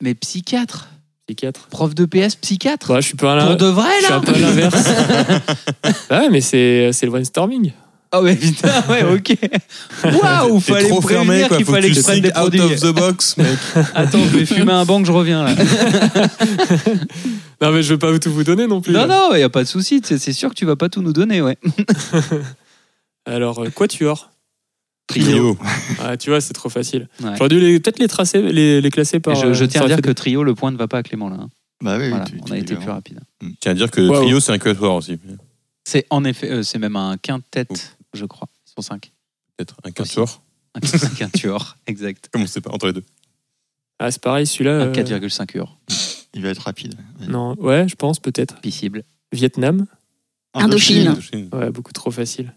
Speaker 2: Mais psychiatre.
Speaker 4: Psychiatre.
Speaker 2: Prof de PS, psychiatre.
Speaker 4: Bah, je suis pas là.
Speaker 2: Pour de vrai,
Speaker 4: Je suis un
Speaker 2: là
Speaker 4: peu à l'inverse. Ah ouais, mais c'est c'est le brainstorming.
Speaker 2: Ah ouais, putain, ouais, ok. Waouh,
Speaker 9: T'es
Speaker 2: fallait
Speaker 9: trop fermé,
Speaker 2: prévenir
Speaker 9: quoi.
Speaker 2: qu'il
Speaker 9: Faut que
Speaker 2: fallait que
Speaker 9: tu
Speaker 2: je prenne
Speaker 9: think
Speaker 2: des
Speaker 9: out
Speaker 2: produits.
Speaker 9: of the box, mec.
Speaker 2: Attends, je vais fumer un banc, que je reviens, là.
Speaker 4: Non, mais je veux pas tout vous donner non plus.
Speaker 2: Non, non, y a pas de souci. C'est c'est sûr que tu vas pas tout nous donner, ouais.
Speaker 4: Alors, euh, Quatuor.
Speaker 9: Trio.
Speaker 4: Ah, tu vois, c'est trop facile.
Speaker 2: Ouais.
Speaker 4: J'aurais dû les- peut-être les tracer, les, les classer
Speaker 2: Et
Speaker 4: par.
Speaker 2: je,
Speaker 4: euh,
Speaker 2: je tiens à
Speaker 4: ça
Speaker 2: dire
Speaker 4: aurait
Speaker 2: que Trio, le point ne va pas à Clément là. hein.
Speaker 3: Bah oui,
Speaker 2: Voilà,
Speaker 3: tu- tu
Speaker 2: on a
Speaker 3: dis
Speaker 2: été
Speaker 3: bien.
Speaker 2: plus rapide.
Speaker 9: Tiens à dire que
Speaker 4: Wow.
Speaker 9: Trio, c'est un quatuor aussi.
Speaker 2: C'est en effet, euh, c'est même un quintet, je crois. Ils sont cinq.
Speaker 9: Peut-être un quatuor.
Speaker 2: Un quintet, un tuor, exact.
Speaker 9: Comment c'est pas entre les deux
Speaker 4: Ah, c'est pareil, celui-là.
Speaker 2: Un
Speaker 4: euh,
Speaker 2: 4,5 heures.
Speaker 3: Il va être rapide.
Speaker 4: Non, ouais, je pense peut-être.
Speaker 2: Possible.
Speaker 4: Vietnam
Speaker 1: Indochine.
Speaker 4: Ouais, beaucoup trop facile.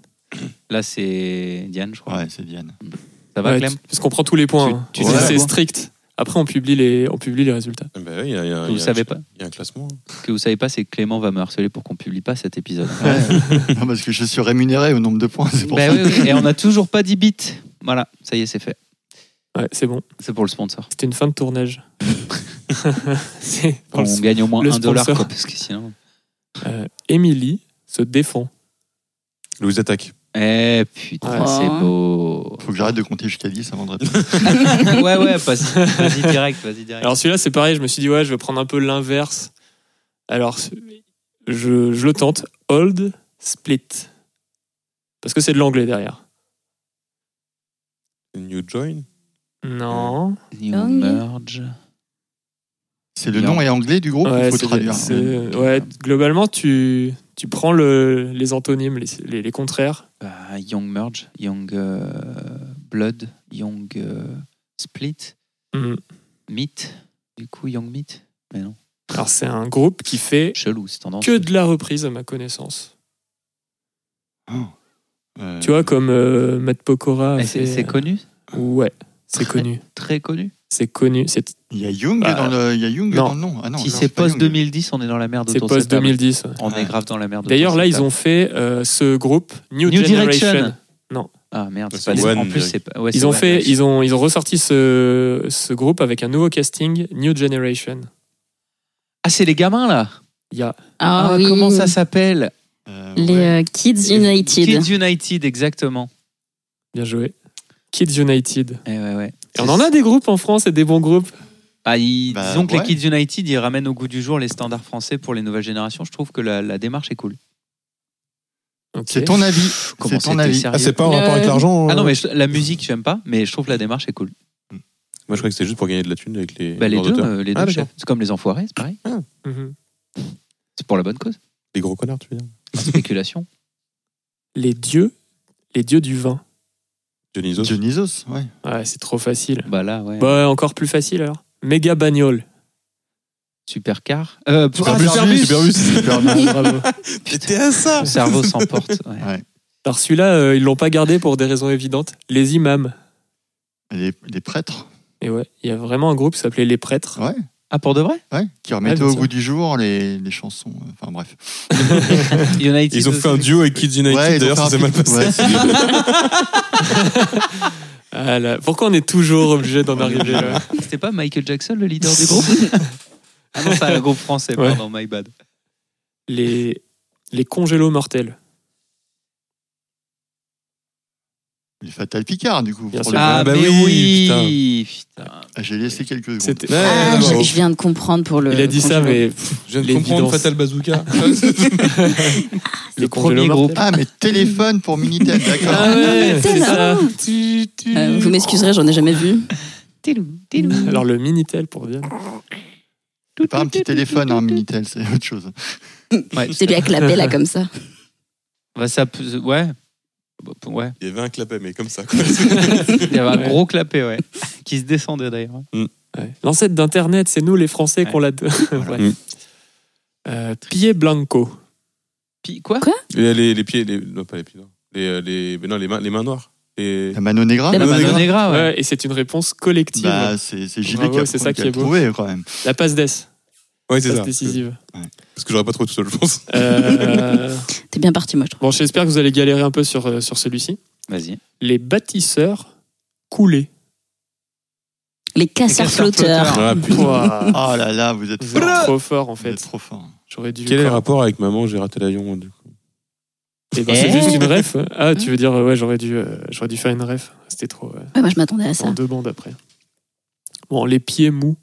Speaker 2: Là, c'est Diane, je crois.
Speaker 3: Ouais, c'est Diane.
Speaker 2: Ça va,
Speaker 4: Ouais,
Speaker 2: Clem
Speaker 4: tu- Parce qu'on prend tous les points.
Speaker 2: Tu- tu
Speaker 4: hein.
Speaker 2: sais
Speaker 4: c'est
Speaker 2: quoi
Speaker 4: strict. Après, on publie les, on publie les résultats.
Speaker 9: Eh ben oui, il y a- il y a- il y a
Speaker 2: Vous
Speaker 9: un-
Speaker 2: savez pas
Speaker 9: Il y a un classement. hein.
Speaker 2: Ce que vous savez pas, c'est que Clément va me harceler pour qu'on publie pas cet épisode.
Speaker 3: Ouais. Non, parce que je suis rémunéré au nombre de points, c'est pour
Speaker 2: Bah
Speaker 3: ça.
Speaker 2: oui, oui, Et on n'a toujours pas 10 bits. Voilà, ça y est, c'est fait.
Speaker 4: Ouais, c'est bon.
Speaker 2: C'est pour le sponsor.
Speaker 4: C'était une fin de tournage. C'est-
Speaker 2: On
Speaker 4: le-
Speaker 2: gagne au moins
Speaker 4: le
Speaker 2: 1 dollar,
Speaker 4: sponsor.
Speaker 2: quoi, parce que sinon.
Speaker 4: euh, Émilie se défend.
Speaker 9: Louise attaque.
Speaker 2: Eh putain,
Speaker 1: Ouais.
Speaker 2: c'est beau.
Speaker 3: Faut que j'arrête de compter jusqu'à 10 avant de répondre.
Speaker 2: ouais, ouais, passe- vas-y direct, vas-y direct.
Speaker 4: Alors celui-là, c'est pareil. Je me suis dit, ouais, je vais prendre un peu l'inverse. Alors, je, je le tente. Hold split. Parce que c'est de l'anglais derrière.
Speaker 9: New join.
Speaker 4: Non.
Speaker 2: New
Speaker 1: Oh, oui.
Speaker 2: merge.
Speaker 3: C'est le
Speaker 2: Non.
Speaker 3: nom est anglais du groupe,
Speaker 4: Ouais,
Speaker 3: Oh, il faut
Speaker 4: c'est-
Speaker 3: traduire. hein,
Speaker 4: c'est- ouais, globalement, tu, tu prends le, les antonymes, les, les- les contraires.
Speaker 2: Bah, young merge, young euh, blood, young euh, split, Mm.
Speaker 4: Mhm.
Speaker 2: meat. Du coup, young meat. Mais non,
Speaker 4: Alors, c'est un groupe qui fait
Speaker 2: chelou, c'est tendance.
Speaker 4: que de la reprise, à ma connaissance.
Speaker 3: Euh,
Speaker 4: Tu vois, comme euh, Matt Pokora. a
Speaker 2: Eh, C'est
Speaker 4: fait- euh,
Speaker 2: c'est connu,
Speaker 4: Ouais, c'est connu.
Speaker 2: très connu.
Speaker 4: C'est connu. C'est
Speaker 3: Il y a Young
Speaker 4: Bah,
Speaker 3: dans le, il y a Young
Speaker 4: non.
Speaker 3: dans le nom. Ah non,
Speaker 2: si
Speaker 3: alors
Speaker 2: c'est
Speaker 3: pas
Speaker 2: post
Speaker 3: Young.
Speaker 2: 2010, on est dans la merde
Speaker 4: c'est
Speaker 2: autour de cette table.
Speaker 4: post-2010. ouais.
Speaker 2: On est grave dans la merde.
Speaker 4: D'ailleurs,
Speaker 2: autour
Speaker 4: là,
Speaker 2: de
Speaker 4: ils
Speaker 2: cette
Speaker 4: ont fait euh, ce groupe New,
Speaker 2: New
Speaker 4: Generation.
Speaker 2: Direction. table. Ah merde, c'est
Speaker 9: C'est
Speaker 2: pas les-
Speaker 9: One
Speaker 2: En plus,
Speaker 9: Direction.
Speaker 2: c'est pas. ouais, c'est
Speaker 4: Ils ont,
Speaker 2: One
Speaker 4: fait,
Speaker 2: Direction.
Speaker 4: ils, ont, ils ont ressorti ce, ce groupe avec un nouveau casting, New Generation.
Speaker 2: Ah, c'est les gamins là.
Speaker 4: Il y a
Speaker 1: Ah, oui.
Speaker 2: Comment ça s'appelle
Speaker 3: Euh,
Speaker 1: Les
Speaker 3: ouais.
Speaker 1: euh, Kids United.
Speaker 2: Kids United, exactement.
Speaker 4: bien joué. Kids United.
Speaker 2: Eh ouais, ouais.
Speaker 4: Et on en a des groupes en France et des bons groupes.
Speaker 2: Ah, ils-
Speaker 3: Bah,
Speaker 2: disons que
Speaker 3: ouais.
Speaker 2: les Kids United, ils ramènent au goût du jour les standards français pour les nouvelles générations. Je trouve que la, la démarche est cool.
Speaker 4: Ok.
Speaker 3: C'est ton avis.
Speaker 2: Comment
Speaker 3: C'est ton
Speaker 2: c'était
Speaker 3: avis.
Speaker 2: sérieux
Speaker 9: Ah, c'est pas en
Speaker 1: Le-
Speaker 9: rapport avec l'argent
Speaker 2: Ah non,
Speaker 9: euh
Speaker 2: mais je- la musique, j'aime pas, mais je trouve la démarche est cool.
Speaker 9: Moi, je crois que c'était juste pour gagner de la thune avec les.
Speaker 2: Bah, les
Speaker 9: leurs
Speaker 2: deux,
Speaker 9: auteurs.
Speaker 2: euh, les deux
Speaker 9: Ah,
Speaker 2: chefs.
Speaker 9: d'accord.
Speaker 2: C'est comme les enfoirés, c'est pareil.
Speaker 4: Mhm.
Speaker 2: C'est pour la bonne cause.
Speaker 9: Les gros connards, tu veux dire.
Speaker 2: Spéculation.
Speaker 4: Les dieux, les dieux du vin.
Speaker 9: Dionysos.
Speaker 3: Dionysos, ouais.
Speaker 4: Ouais, c'est trop facile.
Speaker 2: bah là, ouais.
Speaker 4: Bah, encore plus facile alors. Méga bagnole.
Speaker 2: Supercar. Euh,
Speaker 9: Superbus, Superbus.
Speaker 3: Superbus.
Speaker 4: Bravo.
Speaker 9: J'étais à ça
Speaker 2: Mon cerveau s'emporte. ouais.
Speaker 4: Alors celui-là, euh, ils l'ont pas gardé pour des raisons évidentes. Les imams.
Speaker 3: les, les prêtres,
Speaker 4: Et ouais, il y a vraiment un groupe qui s'appelait Les Prêtres.
Speaker 3: ouais,
Speaker 2: Ah, pour de vrai
Speaker 3: ouais, qui
Speaker 4: Ouais,
Speaker 3: remettaient
Speaker 4: bien
Speaker 3: au
Speaker 4: sûr.
Speaker 3: goût du jour les, les chansons. euh, Enfin bref.
Speaker 2: United
Speaker 9: Ils ont fait un
Speaker 2: aussi.
Speaker 9: duo avec Kids United,
Speaker 3: Ouais, ils ont
Speaker 9: d'ailleurs,
Speaker 3: fait
Speaker 9: ça
Speaker 3: un
Speaker 9: s'est mal
Speaker 3: petit-
Speaker 9: passé.
Speaker 3: ouais, c'est-
Speaker 4: Ah là, pourquoi on est toujours obligé d'en arriver là
Speaker 2: C'était pas Michael Jackson, le leader du groupe Ah non, c'est un groupe français,
Speaker 4: Ouais.
Speaker 2: pardon, my bad.
Speaker 4: Les, les congélos mortels.
Speaker 3: les Fatal Picard, du coup.
Speaker 4: Bien
Speaker 3: pour le-
Speaker 4: sûr.
Speaker 2: Ah,
Speaker 9: bah
Speaker 2: mais
Speaker 9: oui,
Speaker 2: oui, putain.
Speaker 3: Ah, J'ai laissé quelques secondes.
Speaker 1: Ah,
Speaker 4: C'était-
Speaker 9: Ouais,
Speaker 1: je,
Speaker 9: bravo.
Speaker 1: je viens de comprendre pour le.
Speaker 4: Il a dit ça,
Speaker 1: congélo.
Speaker 4: mais
Speaker 9: Je viens de
Speaker 4: Les
Speaker 9: comprendre
Speaker 4: vidanges.
Speaker 9: Fatal Bazooka.
Speaker 2: premier
Speaker 4: les congélos
Speaker 2: groupe.
Speaker 4: mortels.
Speaker 3: Ah, mais téléphone pour Minitel, d'accord.
Speaker 4: Ah ouais, c'est ça.
Speaker 1: Euh, vous m'excuserez, j'en ai jamais vu.
Speaker 4: Alors le Minitel pour dire.
Speaker 3: C'est Pas un petit téléphone, hein. un Minitel, c'est autre chose.
Speaker 2: Ouais,
Speaker 1: C'est bien clapé là comme ça.
Speaker 2: Bah, ça, peut- ouais. Bah, Ouais,
Speaker 9: Il y avait un clapet, mais comme ça. Quoi.
Speaker 2: il y avait un
Speaker 4: Ouais.
Speaker 2: gros clapet, ouais. Qui se descendait d'ailleurs.
Speaker 4: Ouais. L'ancêtre d'Internet, c'est nous les Français qu'on l'a.
Speaker 2: Voilà.
Speaker 4: Ouais. Euh, Pied Blanco.
Speaker 2: Puis, quoi
Speaker 9: les, les, les pieds, les, non pas les pieds, non. Les, euh, les, mais non, les, mains, les mains noires. Les,
Speaker 3: La Mano Negra
Speaker 1: La
Speaker 2: La
Speaker 1: Mano
Speaker 2: Mano Negra, Ah ouais.
Speaker 4: Ouais, et c'est une réponse collective.
Speaker 3: Bah, c'est c'est JB qui
Speaker 4: Bravo,
Speaker 3: a,
Speaker 4: c'est ça
Speaker 3: qui
Speaker 4: qui
Speaker 3: a
Speaker 4: est beau.
Speaker 3: trouvé quand même.
Speaker 4: La passe d'ess.
Speaker 9: ouais, c'est
Speaker 4: Passe
Speaker 9: ça.
Speaker 4: décisive.
Speaker 9: Parce que j'aurais pas trouvé tout seul, je pense.
Speaker 4: Euh,
Speaker 1: T'es bien parti, moi, je trouve.
Speaker 4: bon, j'espère que vous allez galérer un peu sur, euh, sur celui-ci.
Speaker 2: Vas-y.
Speaker 4: Les bâtisseurs coulés.
Speaker 1: Les casseurs-flotteurs.
Speaker 9: Ah, putain.
Speaker 4: Ouah,
Speaker 3: Oh là là, vous êtes
Speaker 4: Vous êtes
Speaker 3: fort.
Speaker 4: trop fort en
Speaker 3: Vous êtes
Speaker 4: fait.
Speaker 3: trop fort.
Speaker 4: J'aurais dû.
Speaker 9: Quel est le rapport avec maman, j'ai raté l'avion du coup
Speaker 4: Eh ben,
Speaker 2: Eh
Speaker 4: c'est juste une ref. Ah, tu veux dire, euh, ouais, j'aurais dû, euh, j'aurais dû faire une ref. C'était trop. ouais.
Speaker 1: Ouais, moi, je m'attendais à
Speaker 4: En
Speaker 1: ça.
Speaker 4: deux bandes après. Bon, les pieds mous.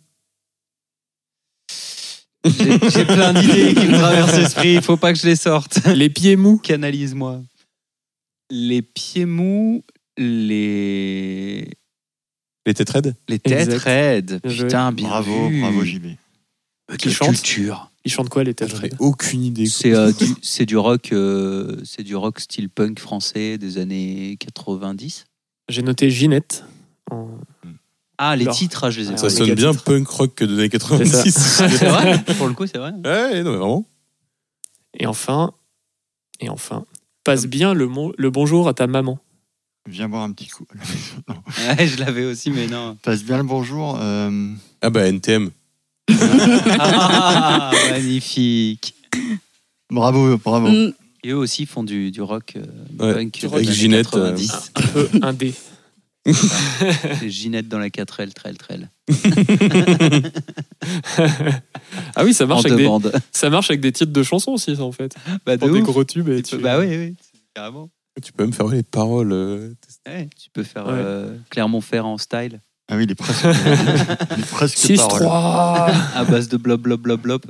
Speaker 2: J'ai j'ai plein d'idées qui me traversent l'esprit, il faut pas que je les sorte.
Speaker 4: les pieds mous.
Speaker 2: Canalise-moi. Les pieds mous, les.
Speaker 9: Les têtes raides
Speaker 2: Les têtes
Speaker 4: Exact.
Speaker 2: raides.
Speaker 4: Bien joué.
Speaker 2: Putain, bien
Speaker 3: Bravo,
Speaker 2: vu.
Speaker 3: bravo JB.
Speaker 2: Quelle
Speaker 4: Qui chante
Speaker 2: culture.
Speaker 4: Ils chantent quoi les têtes
Speaker 9: J'en ai
Speaker 4: raides
Speaker 9: aucune idée. quoi.
Speaker 2: C'est euh, du, c'est du rock, euh, c'est du rock style punk français des années 90.
Speaker 4: J'ai noté Ginette. en-
Speaker 2: Ah, les
Speaker 4: Leur-
Speaker 2: titres, ah, je les ai
Speaker 9: Ça
Speaker 2: pas.
Speaker 9: sonne bien punk rock que des années 86.
Speaker 2: C'est vrai Pour le coup, c'est vrai.
Speaker 9: Ouais, non, mais vraiment.
Speaker 4: Et enfin, et enfin, passe bien le, mon- le bonjour à ta maman.
Speaker 3: Viens boire un petit coup. Non.
Speaker 2: Ouais, je l'avais aussi, mais non.
Speaker 3: Passe bien le bonjour. euh,
Speaker 9: Ah bah NTM.
Speaker 2: Ah, magnifique.
Speaker 3: Bravo, bravo.
Speaker 1: Mm,
Speaker 2: Et eux aussi font du, du rock euh,
Speaker 9: Ouais,
Speaker 2: punk.
Speaker 9: du
Speaker 2: des
Speaker 9: rock.
Speaker 2: années
Speaker 9: Ginette, euh,
Speaker 2: 90.
Speaker 4: Un peu un dé.
Speaker 2: Les Ginette dans la 4L, trail, trail.
Speaker 4: Ah oui, ça
Speaker 2: En
Speaker 4: marche, avec des,
Speaker 2: demande.
Speaker 4: ça marche avec des titres de chansons aussi, ça, en fait.
Speaker 2: Bah, de
Speaker 4: Pour des
Speaker 2: ouf.
Speaker 4: gros tubes. Et
Speaker 2: Tu
Speaker 4: tu...
Speaker 2: peux- Bah oui, oui, carrément.
Speaker 9: Tu peux même faire les paroles. euh,
Speaker 2: Ouais, tu peux faire
Speaker 4: Ouais.
Speaker 2: euh, Clermont-Ferrand en style,
Speaker 3: Ah oui, il est presque. il est presque parole.
Speaker 4: 6-3
Speaker 2: à base de blob, blob, blob, blob.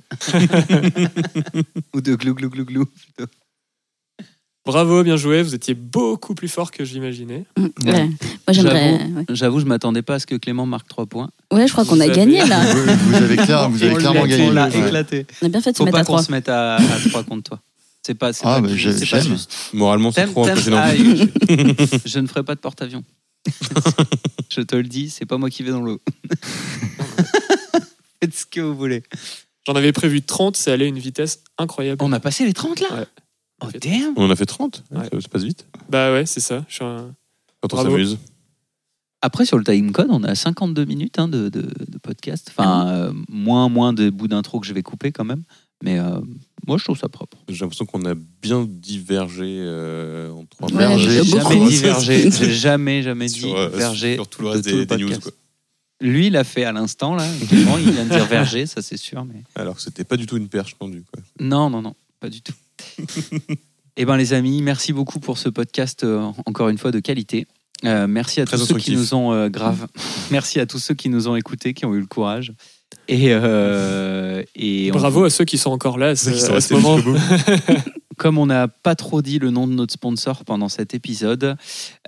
Speaker 2: Ou de glou, glou, glou, glou.
Speaker 4: Bravo, bien joué, vous étiez beaucoup plus fort que j'imaginais.
Speaker 1: mm, ouais. Moi, j'aimerais. Ouais.
Speaker 2: J'avoue, je m'attendais pas à ce que Clément marque 3 points.
Speaker 1: Ouais, je crois qu'on a
Speaker 4: Vous
Speaker 1: gagné
Speaker 4: avez-
Speaker 1: là.
Speaker 3: Vous, vous avez, clair- vous avez
Speaker 2: On
Speaker 3: clairement
Speaker 2: l'a-
Speaker 3: gagné.
Speaker 2: On l'a
Speaker 3: Ouais.
Speaker 2: éclaté.
Speaker 1: On a bien fait de se
Speaker 2: Faut
Speaker 1: mettre
Speaker 2: pas
Speaker 1: à
Speaker 2: qu'on
Speaker 1: trois.
Speaker 2: se mette à, à 3 contre toi. C'est pas, c'est pas,
Speaker 3: Ah, bah, j'ai-
Speaker 2: c'est pas
Speaker 3: j'aime.
Speaker 2: juste.
Speaker 9: Moralement, c'est
Speaker 2: T'aimes-
Speaker 9: trop
Speaker 2: t'aimes-
Speaker 9: impressionnant.
Speaker 2: Ah, je, je ne ferai pas de porte-avions. je te le dis, c'est pas moi qui vais dans l'eau. Faites ce que vous voulez.
Speaker 4: J'en avais prévu 30, c'est allé à une vitesse incroyable.
Speaker 2: On a passé les 30 là
Speaker 4: Ouais.
Speaker 2: Oh damn
Speaker 9: On en a fait 30.
Speaker 4: Ouais.
Speaker 9: Ça, ça passe vite.
Speaker 4: Bah ouais, c'est ça. Je suis un-
Speaker 9: Quand on
Speaker 4: Bravo.
Speaker 9: s'amuse.
Speaker 2: Après, sur le time code, on a 52 minutes hein, de, de- de podcast. Enfin, euh, moins, moins de bouts d'intro que je vais couper quand même. Mais euh, moi, je trouve ça propre.
Speaker 9: J'ai l'impression qu'on a bien divergé euh, en trois
Speaker 1: Ouais,
Speaker 9: mois.
Speaker 1: j'ai
Speaker 2: J'ai jamais
Speaker 1: beaucoup.
Speaker 2: divergé. J'ai jamais, jamais
Speaker 9: Sur, euh,
Speaker 2: divergé.
Speaker 9: sur tout le
Speaker 2: de
Speaker 9: reste
Speaker 2: tout
Speaker 9: des,
Speaker 2: le
Speaker 9: des news.
Speaker 2: podcast.
Speaker 9: Quoi.
Speaker 2: Lui, il l'a fait à l'instant, là. Clément, il vient de dire verger, ça c'est sûr. Mais...
Speaker 9: Alors que c'était pas du tout une perche tendue. Quoi.
Speaker 2: Non, non, non, pas du tout. eh bien, les amis, merci beaucoup pour ce podcast, euh, encore une fois, de qualité. Euh, merci à
Speaker 9: Très
Speaker 2: tous ceux qui
Speaker 9: instructif.
Speaker 2: nous ont euh, grave. merci à tous ceux qui nous ont écoutés, qui ont eu le courage. Et, euh, et on-
Speaker 4: Bravo à ceux qui sont encore là à ce,
Speaker 9: Ceux qui sont
Speaker 4: à ce
Speaker 9: restés
Speaker 4: moment.
Speaker 9: jusqu'au bout.
Speaker 2: comme on n'a pas trop dit le nom de notre sponsor pendant cet épisode,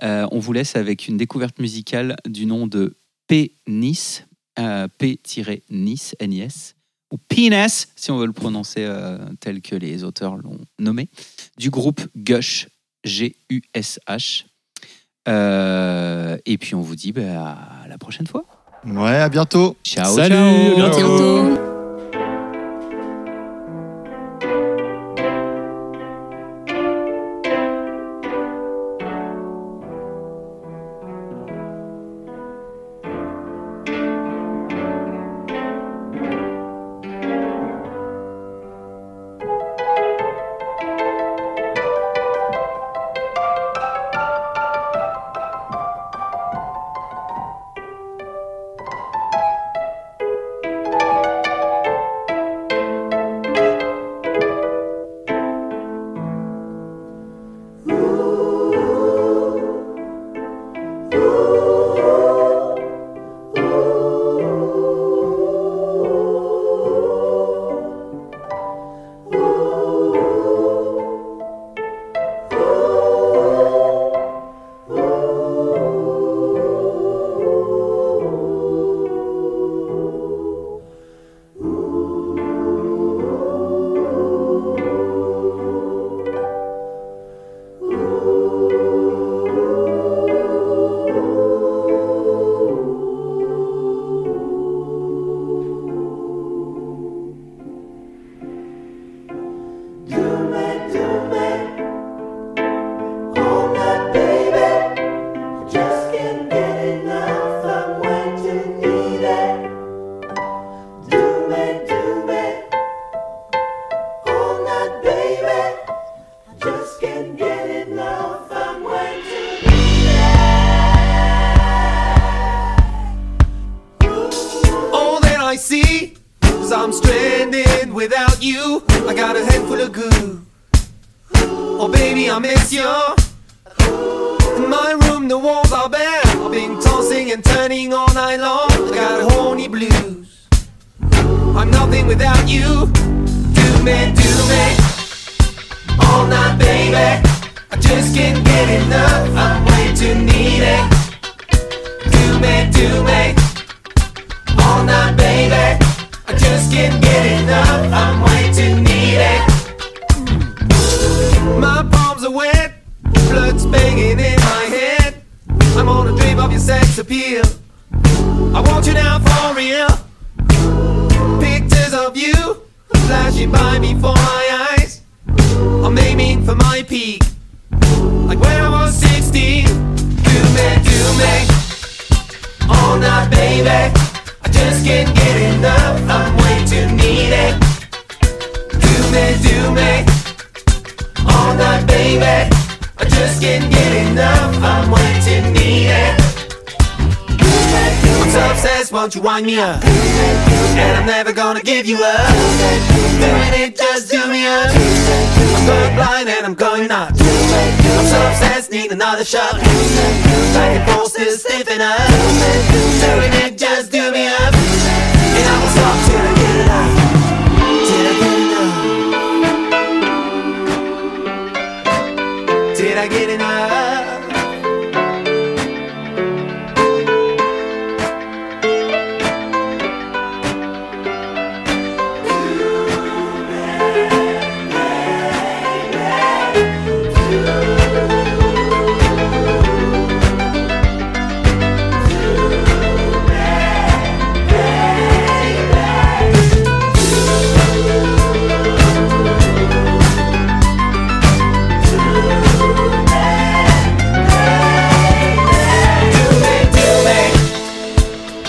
Speaker 2: euh, on vous laisse avec une découverte musicale du nom de P-Nice, euh, P-Nice, N-I-S, ou Penis, si on veut le prononcer euh, tel que les auteurs l'ont nommé, du groupe Gush, G-U-S-H. Euh, et puis on vous dit bah, à la prochaine fois.
Speaker 3: Ouais, à bientôt.
Speaker 2: Ciao,
Speaker 4: Salut,
Speaker 2: ciao.
Speaker 4: à bientôt.
Speaker 1: Bientôt.
Speaker 7: All that I see is I'm stranded without you. I got a head full of goo. Oh, baby, I miss you. In my room, the walls are bare. I've been tossing and turning all night long. I got horny blues. I'm nothing without you. Do me, do me. All night, baby. I just can't get enough. I'm way too needy. Do me, do me all night, baby. I just can't get enough. I'm way too needy. My palms are wet, blood's banging in my head. I'm on a dream of your sex appeal. I want you now for real. Pictures of you flashing by before my eyes. I'm aiming for my peak. Like when I was 16. Do me, do me. All night, Oh, baby. I just can't get enough. I'm way too needy. Do me, do me. All night, Oh, baby. I just can't get enough. I'm way too needy. I'm so obsessed, won't you wind me up? And I'm never gonna give you up. Doing it just do me up. I'm going blind and I'm going nuts. I'm so obsessed, need another shot. Like a pulse is stiffen up. Doing it just do me up. And I will stop till I get enough. Till I get enough. Till I get enough.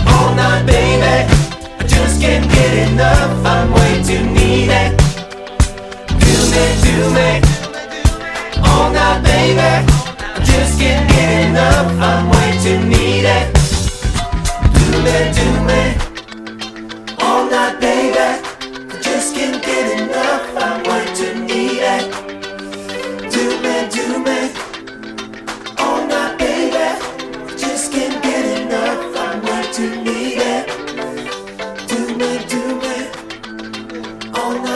Speaker 7: All night, baby. I just can't get enough. I'm way too needy. Do me, do me. All night, baby. I just can't get enough. I'm way too needy. Do me, do me. All night, baby. I just can't get enough. I'm way too needy. Do me, do me. All night, baby. Just can't get enough. I'm way too needy. Do me, do me. All night.